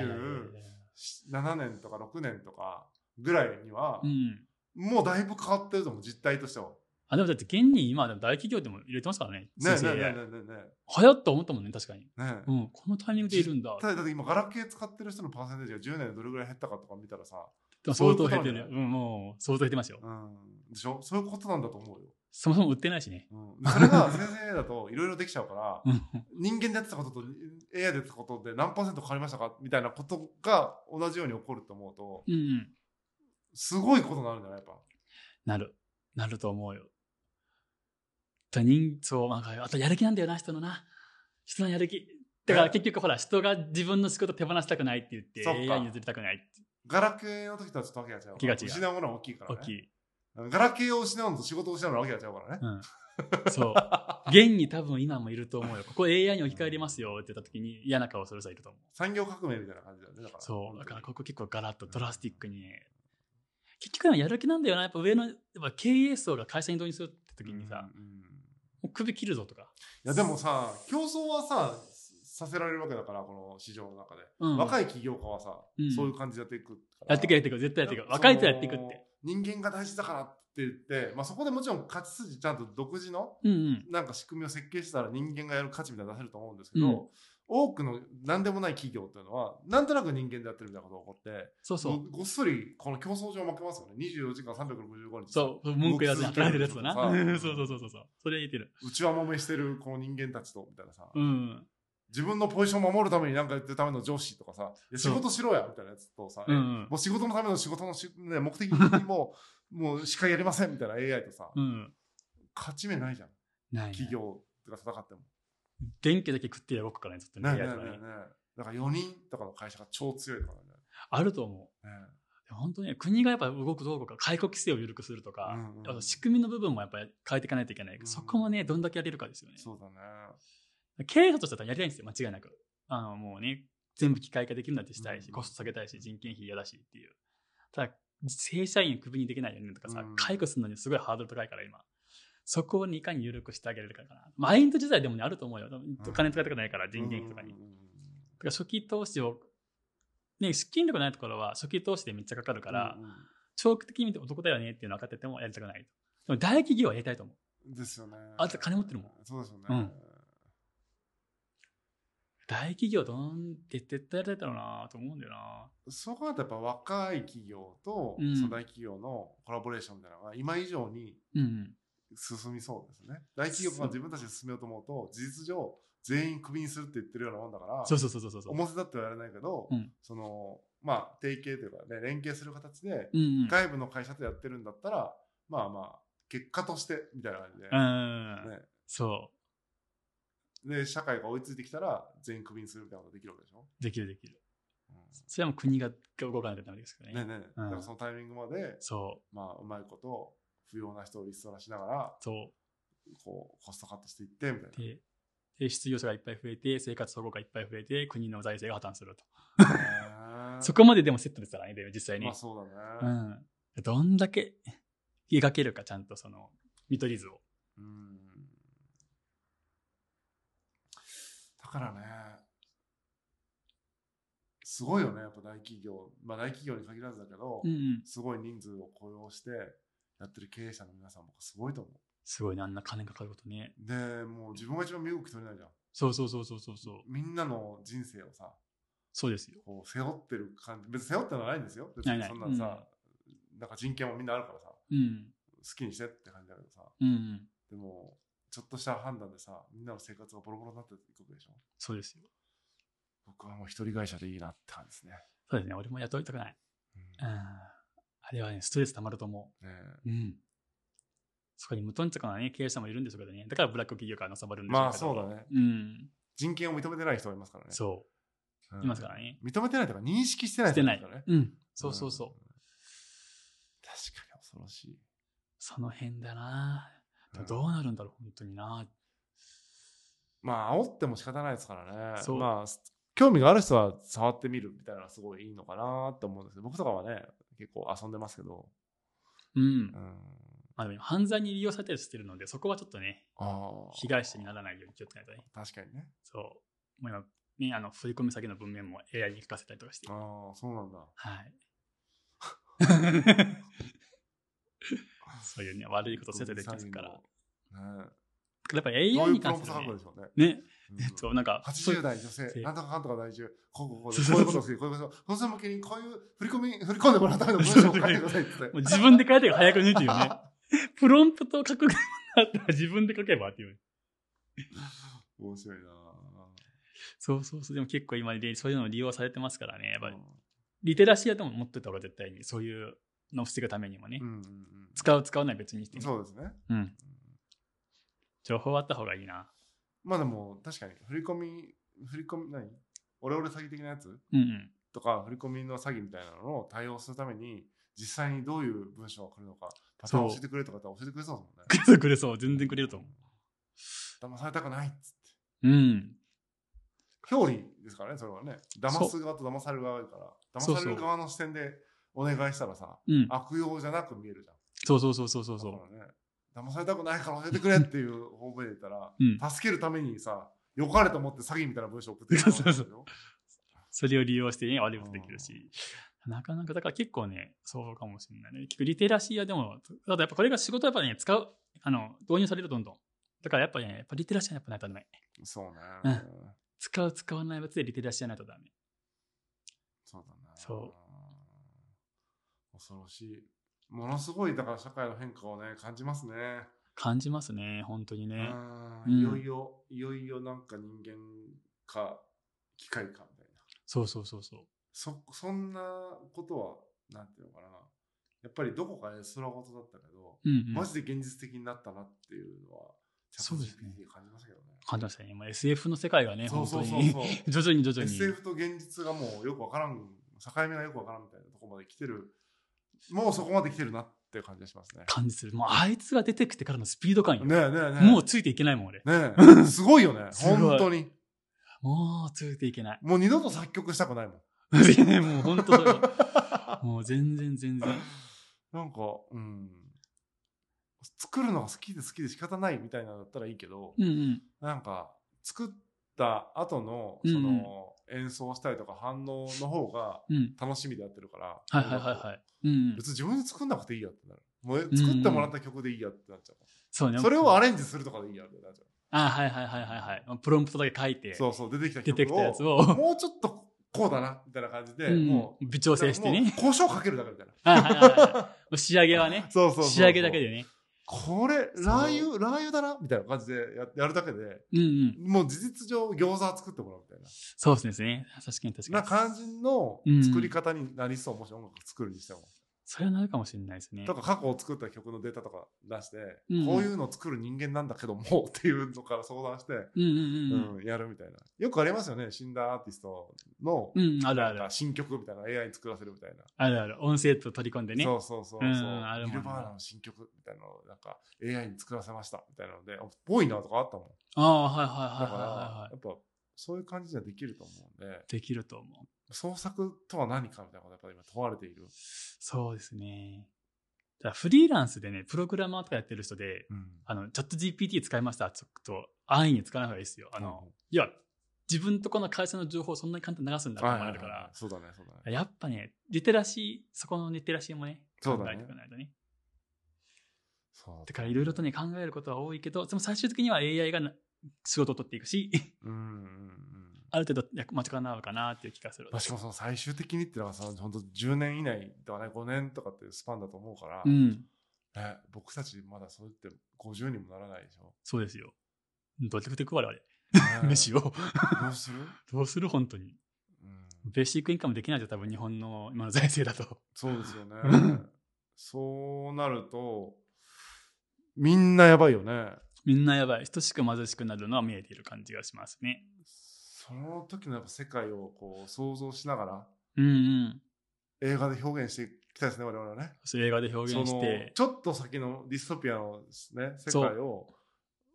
[SPEAKER 1] 2027年とか6年とかぐらいには
[SPEAKER 2] う、ん。
[SPEAKER 1] もうだいぶ変わってると思う実態としては。
[SPEAKER 2] あ、でもだって現に今、でも大企業でも入れてますからね。
[SPEAKER 1] ねえね
[SPEAKER 2] 生成
[SPEAKER 1] えね
[SPEAKER 2] AI
[SPEAKER 1] えねえね
[SPEAKER 2] 早っと思ったもんね、確かに。
[SPEAKER 1] えねえ。
[SPEAKER 2] うん、このタイミングでいるんだ。
[SPEAKER 1] ただだって今ガラケー使ってる人のパーセンテージが10年でどれぐらい減ったかとか見たらさ、
[SPEAKER 2] でも
[SPEAKER 1] そうい
[SPEAKER 2] 相
[SPEAKER 1] うこ
[SPEAKER 2] 当
[SPEAKER 1] とな
[SPEAKER 2] 減
[SPEAKER 1] ん
[SPEAKER 2] っ
[SPEAKER 1] だ
[SPEAKER 2] て
[SPEAKER 1] よ
[SPEAKER 2] る
[SPEAKER 1] ね
[SPEAKER 2] ね。うん、もう相当減ってますよ。
[SPEAKER 1] うん、でしょそういうことなんだと思うよ。
[SPEAKER 2] そもそも売ってないしね。
[SPEAKER 1] うん、それ が先生だといろいろできちゃうから
[SPEAKER 2] うん
[SPEAKER 1] 人間でやってたことと AI でやってたことで何パーセント変わりましたかみたいなことが同じように起こると思うと
[SPEAKER 2] うんうん。
[SPEAKER 1] すごいことになるんじゃないやっぱ。
[SPEAKER 2] なる。なると思うよ。他人、そう、なんか、あとやる気なんだよな、人のな。人のやる気。だから結局ほら、人が自分の仕事手放したくないって言って、
[SPEAKER 1] そっか
[SPEAKER 2] AI に譲りたくないって
[SPEAKER 1] ガラケーの時とはちょっとわけが違うから。
[SPEAKER 2] 気が違う
[SPEAKER 1] 失うものは大きいから、
[SPEAKER 2] 大
[SPEAKER 1] ね。
[SPEAKER 2] きい。
[SPEAKER 1] ガラケーを失うのと仕事を失うのはわけが違うからね。
[SPEAKER 2] うん。そう。現に多分今もいると思うよ。ここ AI に置き換えれますよって言った時に嫌な顔する人はいると思う。
[SPEAKER 1] 産業革命みたいな感じだよね。だから。
[SPEAKER 2] そう。だからここ結構ガラッと
[SPEAKER 1] うん
[SPEAKER 2] ドラスティックにね。結局でもやる気なんだよな。やっぱ上の、やっぱ経営層が会社に導入するって時にさ、
[SPEAKER 1] うんうんい
[SPEAKER 2] もう首切るぞとか。
[SPEAKER 1] やでもさ、競争はさ、させられるわけだから、この市場の中で。
[SPEAKER 2] うん
[SPEAKER 1] 若い起業家はさ、
[SPEAKER 2] うん
[SPEAKER 1] そういう感じでやっていくから。
[SPEAKER 2] やってくやって
[SPEAKER 1] く。
[SPEAKER 2] く、絶対やってく。若い人はやっていくって。
[SPEAKER 1] 人間が大事だからっって言って、まあ、そこでもちろん勝ち筋ちゃんと独自の
[SPEAKER 2] うんうん。
[SPEAKER 1] なんか仕組みを設計したら人間がやる価値みたいなの出せると思うんですけど、
[SPEAKER 2] うん
[SPEAKER 1] 多くの何でもない企業っていうのはなんとなく人間でやってるみたいなことが起こって
[SPEAKER 2] そうそう。
[SPEAKER 1] ごごっそりこの競争上負けますよね24時間365日
[SPEAKER 2] そう、文句言わずに働いてるやつだな。
[SPEAKER 1] 僕続けてる
[SPEAKER 2] そうそうそうそうそう。それ言えてる。
[SPEAKER 1] うちは揉めしてるこの人間たちとみたいなさ、
[SPEAKER 2] うん。
[SPEAKER 1] 自分のポジションを守るために何かやってるための上司とかさいや仕
[SPEAKER 2] そう
[SPEAKER 1] 事しろやみたいなやつとさ、
[SPEAKER 2] うんうん
[SPEAKER 1] もう仕事のための仕事のし、ね、目的にもうもうしかやりませんみたいな AI とさ、
[SPEAKER 2] うん。
[SPEAKER 1] 勝ち目ないじゃん
[SPEAKER 2] ないね。
[SPEAKER 1] 企業とか戦っても。
[SPEAKER 2] 電気だけ食ってやろうかね、ずっとね。
[SPEAKER 1] ねえ
[SPEAKER 2] AI
[SPEAKER 1] ね
[SPEAKER 2] とか
[SPEAKER 1] えね
[SPEAKER 2] ね
[SPEAKER 1] えねえだから4人とかの会社が超強いとかね。
[SPEAKER 2] あると思う。
[SPEAKER 1] ね
[SPEAKER 2] でも本当にね国がやっぱ動くどうこうか解雇規制を緩くするとか、
[SPEAKER 1] うんうん
[SPEAKER 2] あと仕組みの部分もやっぱり変えていかないといけない、
[SPEAKER 1] うん
[SPEAKER 2] そこもねどんだけやれるかですよね
[SPEAKER 1] えそうだね。
[SPEAKER 2] 経営者としてはやりたいんですよ間違いなくあのもうね全部機械化できるなんてしたい
[SPEAKER 1] う
[SPEAKER 2] し、
[SPEAKER 1] ん
[SPEAKER 2] コスト下げたいし人件費嫌だしっていうただ正社員をクビにできないよねとかさ、
[SPEAKER 1] うん
[SPEAKER 2] 解雇するのにすごいハードル高いから今そこをいかに緩くしてあげれるかかなマインド自体でもねあると思うよお金使いたくないから人件費とかに、
[SPEAKER 1] うんうんうん
[SPEAKER 2] だから初期投資をね資金力ないところは初期投資でめっちゃかかるから、
[SPEAKER 1] うん
[SPEAKER 2] 長期的に見て男だよねっていうのは分かっててもやりたくないと。でも大企業はやりたいと思う。
[SPEAKER 1] うんですよね。
[SPEAKER 2] あいつ金持ってるもん。
[SPEAKER 1] そうですよね。
[SPEAKER 2] うん大企業どんって絶対やりたいだろうなと思うんだよな。
[SPEAKER 1] そう考えたらやっぱ若い企業と、
[SPEAKER 2] うん
[SPEAKER 1] その大企業のコラボレーションみたいなのが今以上に
[SPEAKER 2] うん。
[SPEAKER 1] 進みそうですね。大企業が自分たちで進めようと思うと、事実上、全員クビにするって言ってるようなもんだから、
[SPEAKER 2] そうそうそうそうそう。
[SPEAKER 1] 表だってはやれないけど、
[SPEAKER 2] うん
[SPEAKER 1] その、まあ、提携というかね、連携する形で、
[SPEAKER 2] うんうん。
[SPEAKER 1] 外部の会社とやってるんだったら、まあまあ、結果として、みたいな感じで
[SPEAKER 2] う、ん。
[SPEAKER 1] ね
[SPEAKER 2] そ
[SPEAKER 1] で、社会が追いついてきたら、全員クビにするみたいなことできるわけでしょ。
[SPEAKER 2] う。できるできる。
[SPEAKER 1] うん
[SPEAKER 2] それはもう国が動かないとダメですけど
[SPEAKER 1] ね
[SPEAKER 2] ね。
[SPEAKER 1] えねえ、
[SPEAKER 2] うん
[SPEAKER 1] だからそのタイミングまで、
[SPEAKER 2] そ
[SPEAKER 1] まあ、うまいこと、不要な人をリストラしながら、
[SPEAKER 2] う。そ。
[SPEAKER 1] こう、コストカットしていって、みたいう
[SPEAKER 2] で、で失業者がいっぱい増えて、生活保護がいっぱい増えて、国の財政が破綻すると。
[SPEAKER 1] な。ねえ
[SPEAKER 2] そこまででもセットですからね、で実際に。
[SPEAKER 1] まあ、そうだね。
[SPEAKER 2] うん。どんだけ描けるか、ちゃんとその、見取り図を。
[SPEAKER 1] うんだからね、すごいよね、やっぱ大企業、まあ大企業に限らずだけど、
[SPEAKER 2] うんうん。
[SPEAKER 1] すごい人数を雇用してやってる経営者の皆さんもすごいと思う。
[SPEAKER 2] すごいね、あんな金かかることね。
[SPEAKER 1] で、もう自分が一番身動き取れないじゃん。
[SPEAKER 2] そうそうそうそうそうそう。
[SPEAKER 1] みんなの人生をさ、
[SPEAKER 2] そうですよ。
[SPEAKER 1] こう背負ってる感じ、別に背負ってのはないんですよ。別に
[SPEAKER 2] ない
[SPEAKER 1] そんなのさ、なんか人権もみんなあるからさ、好
[SPEAKER 2] うん。
[SPEAKER 1] きにしてって感じだけどさ、
[SPEAKER 2] うんうん。
[SPEAKER 1] でも、ちょっとした判断でさ、みんなの生活がボロボロになっていくでしょ。
[SPEAKER 2] そうですよ。
[SPEAKER 1] 僕はもう一人会社でいいなって感じですね。
[SPEAKER 2] そうですね。俺も雇いたくない。うん。あれはね、ストレス溜まると思
[SPEAKER 1] ねえ
[SPEAKER 2] う。うん。そこに無頓着なね、経営者もいるんでしょうけどね。だからブラック企業からのさばるんでしょうけど。
[SPEAKER 1] まあそうだね。
[SPEAKER 2] うん。
[SPEAKER 1] 人権を認めてない人がいますからね。
[SPEAKER 2] そ
[SPEAKER 1] うん
[SPEAKER 2] う。いますからね。
[SPEAKER 1] 認めてないとか認識してない
[SPEAKER 2] して
[SPEAKER 1] 人が
[SPEAKER 2] な
[SPEAKER 1] い
[SPEAKER 2] い
[SPEAKER 1] ますからね。。
[SPEAKER 2] うん。そうそうそう。
[SPEAKER 1] ん確かに恐ろしい。
[SPEAKER 2] その辺だな。
[SPEAKER 1] うん
[SPEAKER 2] どうなるんだろう、本当にな。
[SPEAKER 1] まあ煽っても仕方ないですからね。
[SPEAKER 2] そう
[SPEAKER 1] まあす興味がある人は触ってみるみたいなのがすごいいいのかなと思うんですけど、僕とかはね、結構遊んでますけど。
[SPEAKER 2] うん
[SPEAKER 1] う。ん。
[SPEAKER 2] まあでも犯罪に利用されたりしてるので、そこはちょっとね、
[SPEAKER 1] ああ。
[SPEAKER 2] 被害者にならないように気をつけないとね。
[SPEAKER 1] 確かにね。
[SPEAKER 2] そう。もう今、ね、あの、振り込み先の文面も AI に書かせたりとかして。
[SPEAKER 1] ああ、そうなんだ。
[SPEAKER 2] はい。 そういうね、悪いことせてできます から。だ
[SPEAKER 1] ねえ。
[SPEAKER 2] からやっぱり
[SPEAKER 1] どう
[SPEAKER 2] AI
[SPEAKER 1] いう
[SPEAKER 2] に
[SPEAKER 1] プロ
[SPEAKER 2] 関
[SPEAKER 1] ンプ
[SPEAKER 2] す
[SPEAKER 1] ト書
[SPEAKER 2] る
[SPEAKER 1] く
[SPEAKER 2] ね
[SPEAKER 1] でしょうね。
[SPEAKER 2] ね、
[SPEAKER 1] うん
[SPEAKER 2] えっと、なんか、そうい
[SPEAKER 1] 80
[SPEAKER 2] う
[SPEAKER 1] 代女性、
[SPEAKER 2] で
[SPEAKER 1] なんとかかんとか大中、こうこうこうで、
[SPEAKER 2] そ
[SPEAKER 1] こ
[SPEAKER 2] う
[SPEAKER 1] うい
[SPEAKER 2] そ
[SPEAKER 1] こ
[SPEAKER 2] うう
[SPEAKER 1] とをす
[SPEAKER 2] そう
[SPEAKER 1] る、こういうことを、その人向けにこういう振り込み、振り込んでもらうための文章を書いてくださいって言って
[SPEAKER 2] もう自分で書いてが早くねってい うね。プロンプトを書くだったら自分で書けばっていう。
[SPEAKER 1] 面白いなぁ
[SPEAKER 2] そうそうそう。でも結構今、でそういうのを利用されてますからね。やっぱり
[SPEAKER 1] うん、
[SPEAKER 2] リテラシーはでも持ってた方が絶対に、そういうのを防ぐためにもね。
[SPEAKER 1] うんうんうん
[SPEAKER 2] 使う、使わない別にして、ね。
[SPEAKER 1] そうですね。
[SPEAKER 2] うん。情報あった方がいいな。
[SPEAKER 1] まあでも、確かに、振り込み、振り込み、何オレオレ詐欺的なやつ
[SPEAKER 2] うんうん。
[SPEAKER 1] とか、振り込みの詐欺みたいなのを対応するために、実際にどういう文章が来るのか、パターンを教えてくれとかって教えてくれそうです
[SPEAKER 2] くれくれそう。全然くれると
[SPEAKER 1] もん
[SPEAKER 2] 思
[SPEAKER 1] ね。騙されたくないっつって。
[SPEAKER 2] う。うん。
[SPEAKER 1] 表裏ですからね、それはね。騙す側と騙される側だから、
[SPEAKER 2] そ
[SPEAKER 1] 騙
[SPEAKER 2] う
[SPEAKER 1] される側の視点でお願いしたらさ、
[SPEAKER 2] うん。
[SPEAKER 1] 悪用じゃなく見えるじゃん。
[SPEAKER 2] そうそうそうそうそうそう。
[SPEAKER 1] だからね、騙されたくないから教えてくれっていう方面で言ったら、
[SPEAKER 2] うん
[SPEAKER 1] 助けるためにさ、良かれと思って詐欺みたいな文章送ってくる人もいるでしょ
[SPEAKER 2] それを利用して、ね、悪いことできるし。なかなか、だから結構ね、そうかもしれないね。結構リテラシーはでも、ただやっぱこれが仕事やっぱね、使う、あの、導入されるどんどん。だからやっぱね、やっぱリテラシーはやっぱないとダメ。
[SPEAKER 1] そうね。
[SPEAKER 2] うん使う、使わない別でリテラシーはないとダメ。
[SPEAKER 1] そうだね。
[SPEAKER 2] そ
[SPEAKER 1] 恐ろしい。ものすごい、だから社会の変化をね、感じますね。
[SPEAKER 2] 感じますね、本当にね。
[SPEAKER 1] うん
[SPEAKER 2] うん
[SPEAKER 1] いよいよ、いよいよなんか人間か、機械かみたいな。
[SPEAKER 2] そうそうそうそう。
[SPEAKER 1] そ、そんなことは、なんていうのかな。やっぱりどこかで空事だったけど、
[SPEAKER 2] うん、うん。
[SPEAKER 1] マジで現実的になったなっていうのは、
[SPEAKER 2] そうですね
[SPEAKER 1] GPT 感じましたけどね。
[SPEAKER 2] 感じましたね。もう SF の世界がね、
[SPEAKER 1] そ
[SPEAKER 2] 本
[SPEAKER 1] うそ
[SPEAKER 2] 当
[SPEAKER 1] うそう
[SPEAKER 2] に。
[SPEAKER 1] そう。
[SPEAKER 2] 徐々に徐々に。
[SPEAKER 1] SF と現実がもうよくわからん、境目がよくわからんみたいなとこまで来てる、もうそこまで来てるなっていう感じがしますね。
[SPEAKER 2] 感じする。もうあいつが出てきてからのスピード感よ。
[SPEAKER 1] ねえねえねえ。
[SPEAKER 2] もうついていけないもん、俺。
[SPEAKER 1] ねえ、すごいよね。
[SPEAKER 2] すごい
[SPEAKER 1] 本当に。
[SPEAKER 2] もうついていけない。
[SPEAKER 1] もう二度と作曲したくないもん。
[SPEAKER 2] いやねもう本当それ はもう全然全然。
[SPEAKER 1] なんか、うん。作るのが好きで好きで仕方ないみたいなのだったらいいけど、
[SPEAKER 2] うんうん。
[SPEAKER 1] なんか、作った後の、その、演奏したりとか反応の方が
[SPEAKER 2] うん。
[SPEAKER 1] 楽しみでやってるから。
[SPEAKER 2] はいはいはいはい。うんうん。
[SPEAKER 1] 別に自分で作んなくていいやってなる。もう作ってもらった曲でいいやってなっちゃう。
[SPEAKER 2] そうね。
[SPEAKER 1] それをア
[SPEAKER 2] れ
[SPEAKER 1] レンジするとかでいいやってなっちゃう。
[SPEAKER 2] あ、はいはいはいはいはい。プロンプトだけ書いて、
[SPEAKER 1] そうそう、出てきた
[SPEAKER 2] 出てき
[SPEAKER 1] 曲
[SPEAKER 2] たやつ
[SPEAKER 1] を、
[SPEAKER 2] を、
[SPEAKER 1] もうちょっとこうだな、みたいな感じで、
[SPEAKER 2] うん
[SPEAKER 1] もう、
[SPEAKER 2] 微調整して
[SPEAKER 1] もう
[SPEAKER 2] ね。
[SPEAKER 1] 交渉かけるだけみたいな。
[SPEAKER 2] はいはいはいはいもう仕上げはね。
[SPEAKER 1] そうそうそうそう
[SPEAKER 2] 仕上げだけでね。
[SPEAKER 1] これ、ラー油、ラー油だなみたいな感じでややるだけで、
[SPEAKER 2] うんうん。
[SPEAKER 1] もう事実上餃子作ってもらうみたいな。
[SPEAKER 2] そうですね。確かに確か
[SPEAKER 1] な
[SPEAKER 2] に。
[SPEAKER 1] 感じの
[SPEAKER 2] うん
[SPEAKER 1] 作り方になりそう、もし音楽作るにしても。
[SPEAKER 2] それはなるかもしれないですね
[SPEAKER 1] と。か過去を作った曲のデータとか出して、
[SPEAKER 2] うん
[SPEAKER 1] こういうのを作る人間なんだけどもっていうのから相談して、
[SPEAKER 2] うんうんうん。
[SPEAKER 1] うん、やるみたいな。よくありますよね、死んだアーティストの、
[SPEAKER 2] うん、うん、あるある
[SPEAKER 1] なんか。新曲みたいな AI に作らせるみたいな。
[SPEAKER 2] あるある。音声と取り込んでね。
[SPEAKER 1] そうそうそうそう。
[SPEAKER 2] う
[SPEAKER 1] ニ
[SPEAKER 2] んあるもん
[SPEAKER 1] ル
[SPEAKER 2] ね
[SPEAKER 1] バーナの新曲みたいなのをなんか AI に作らせましたみたいなので、あっぽいなとかあったもん。
[SPEAKER 2] ああ、
[SPEAKER 1] だ
[SPEAKER 2] はいはいはいはい
[SPEAKER 1] か
[SPEAKER 2] は
[SPEAKER 1] ら、
[SPEAKER 2] い
[SPEAKER 1] や。っぱそういう感じじゃできると思うんで、
[SPEAKER 2] できると思う。
[SPEAKER 1] 創作とは何かみたいなことやっぱ今問われている。
[SPEAKER 2] そうですね。だからフリーランスでね、プログラマーとかやってる人で、
[SPEAKER 1] うん。
[SPEAKER 2] あの、チャット GPT 使いましたちょっと安易に使わない方がいいですよ。あの、いや、自分とこの会社の情報をそんなに簡単に流すんだと
[SPEAKER 1] はい
[SPEAKER 2] 思
[SPEAKER 1] は
[SPEAKER 2] わ
[SPEAKER 1] い
[SPEAKER 2] れ
[SPEAKER 1] はい
[SPEAKER 2] るから、
[SPEAKER 1] そうだね、そうだね。
[SPEAKER 2] やっぱね、リテラシー、そこのリテラシーもね、
[SPEAKER 1] そう
[SPEAKER 2] 考
[SPEAKER 1] だ
[SPEAKER 2] え
[SPEAKER 1] ね
[SPEAKER 2] ていかないとね。
[SPEAKER 1] そう
[SPEAKER 2] だからいろいろとね、考えることは多いけど、でも最終的には AI がな仕事を取っていくし、
[SPEAKER 1] うんうんうん。
[SPEAKER 2] ある程度役間違わなのかなっていう気がする。
[SPEAKER 1] まあしかもその最終的にってのはさ、本当10年以内とかね、5年とかっていうスパンだと思うから、
[SPEAKER 2] うん、
[SPEAKER 1] ね、僕たちまだそう言って50にもならないでしょ。
[SPEAKER 2] そうですよ。どうやって食われ、あれ。
[SPEAKER 1] ね
[SPEAKER 2] 飯を。
[SPEAKER 1] どうする、
[SPEAKER 2] どうする本当に。
[SPEAKER 1] うん、
[SPEAKER 2] ベーシックインカムできないじゃん多分日本の今の財政だと。
[SPEAKER 1] そうですよね
[SPEAKER 2] うん。
[SPEAKER 1] そうなると、みんなやばいよね。
[SPEAKER 2] みんなやばい。等しく貧しくなるのは見えている感じがしますね。
[SPEAKER 1] その時のやっぱ世界をこう想像しながら
[SPEAKER 2] うんうん。
[SPEAKER 1] 映画で表現していきたいですね、我々はね。
[SPEAKER 2] そう映画で表現
[SPEAKER 1] そ
[SPEAKER 2] し
[SPEAKER 1] の
[SPEAKER 2] て。
[SPEAKER 1] ちょっと先のディストピアの、ね、世
[SPEAKER 2] そう
[SPEAKER 1] 界を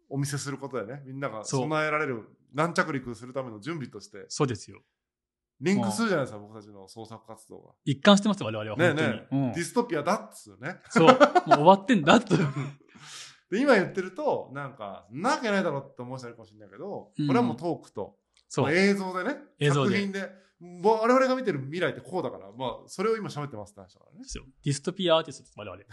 [SPEAKER 1] お見せすることでね、みんなが
[SPEAKER 2] そう
[SPEAKER 1] 備えられる軟着陸するための準備として、
[SPEAKER 2] そうですよ。
[SPEAKER 1] リンクするじゃないですか、僕たちの創作活動
[SPEAKER 2] 一貫してますよ、我々は。
[SPEAKER 1] が。ねえ
[SPEAKER 2] 本当に。
[SPEAKER 1] ねえ、
[SPEAKER 2] うん
[SPEAKER 1] ディストピアだっつうね。
[SPEAKER 2] そう。もう終わってんだと。
[SPEAKER 1] で、今言ってると、なんか、んなわけないだろって思う人いるかもしれないけど、
[SPEAKER 2] うん
[SPEAKER 1] これはもうトークと、
[SPEAKER 2] そう。
[SPEAKER 1] 映像でね、
[SPEAKER 2] 映像で
[SPEAKER 1] 作品で、もう我々が見てる未来ってこうだから、まあ、それを今喋ってますって話だからね。
[SPEAKER 2] そうディストピアアーティストです、我々。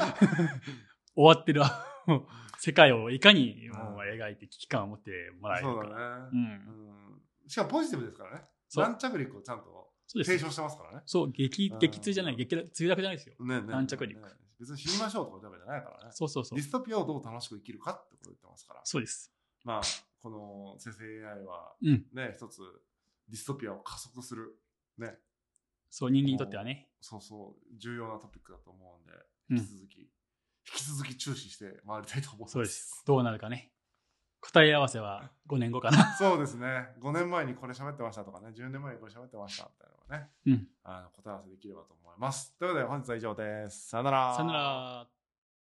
[SPEAKER 2] 終わってる。 もう世界をいかにもう描いて危機感を持ってもらえる
[SPEAKER 1] そ
[SPEAKER 2] か。
[SPEAKER 1] うだ
[SPEAKER 2] う
[SPEAKER 1] ね。
[SPEAKER 2] ん。
[SPEAKER 1] うんしかもポジティブですからね。
[SPEAKER 2] そう
[SPEAKER 1] 軟着陸をちゃんと
[SPEAKER 2] そうです
[SPEAKER 1] 提
[SPEAKER 2] よ。
[SPEAKER 1] 唱してますからね。
[SPEAKER 2] そう、激
[SPEAKER 1] うん、
[SPEAKER 2] 激痛じゃない、激痛じゃないですよ。
[SPEAKER 1] ねえねえ
[SPEAKER 2] 軟着陸
[SPEAKER 1] ねえねえ別に死にましょうとか言うわけじゃないからね。
[SPEAKER 2] そうそうそう
[SPEAKER 1] ディ。ストピアをどう楽しく生きるかってことを言ってますから。
[SPEAKER 2] そうです。
[SPEAKER 1] まあ、この生成 AI は
[SPEAKER 2] うん。
[SPEAKER 1] ね、一つディストピアを加速する、ね、
[SPEAKER 2] そう、人間にとってはね。
[SPEAKER 1] そうそう、重要なトピックだと思うんで、
[SPEAKER 2] うん
[SPEAKER 1] 引き続き、引き続き注視して回りたいと思います。
[SPEAKER 2] そうです。どうなるかね。答え合わせは5年後か な。
[SPEAKER 1] そうですね。5年前にこれ喋ってましたとかね、10年前にこれ喋ってましたみたいなのがね、
[SPEAKER 2] うん
[SPEAKER 1] あの答え合わせできればと思います。ということで、本日は以上です。さよなら。
[SPEAKER 2] さよなら。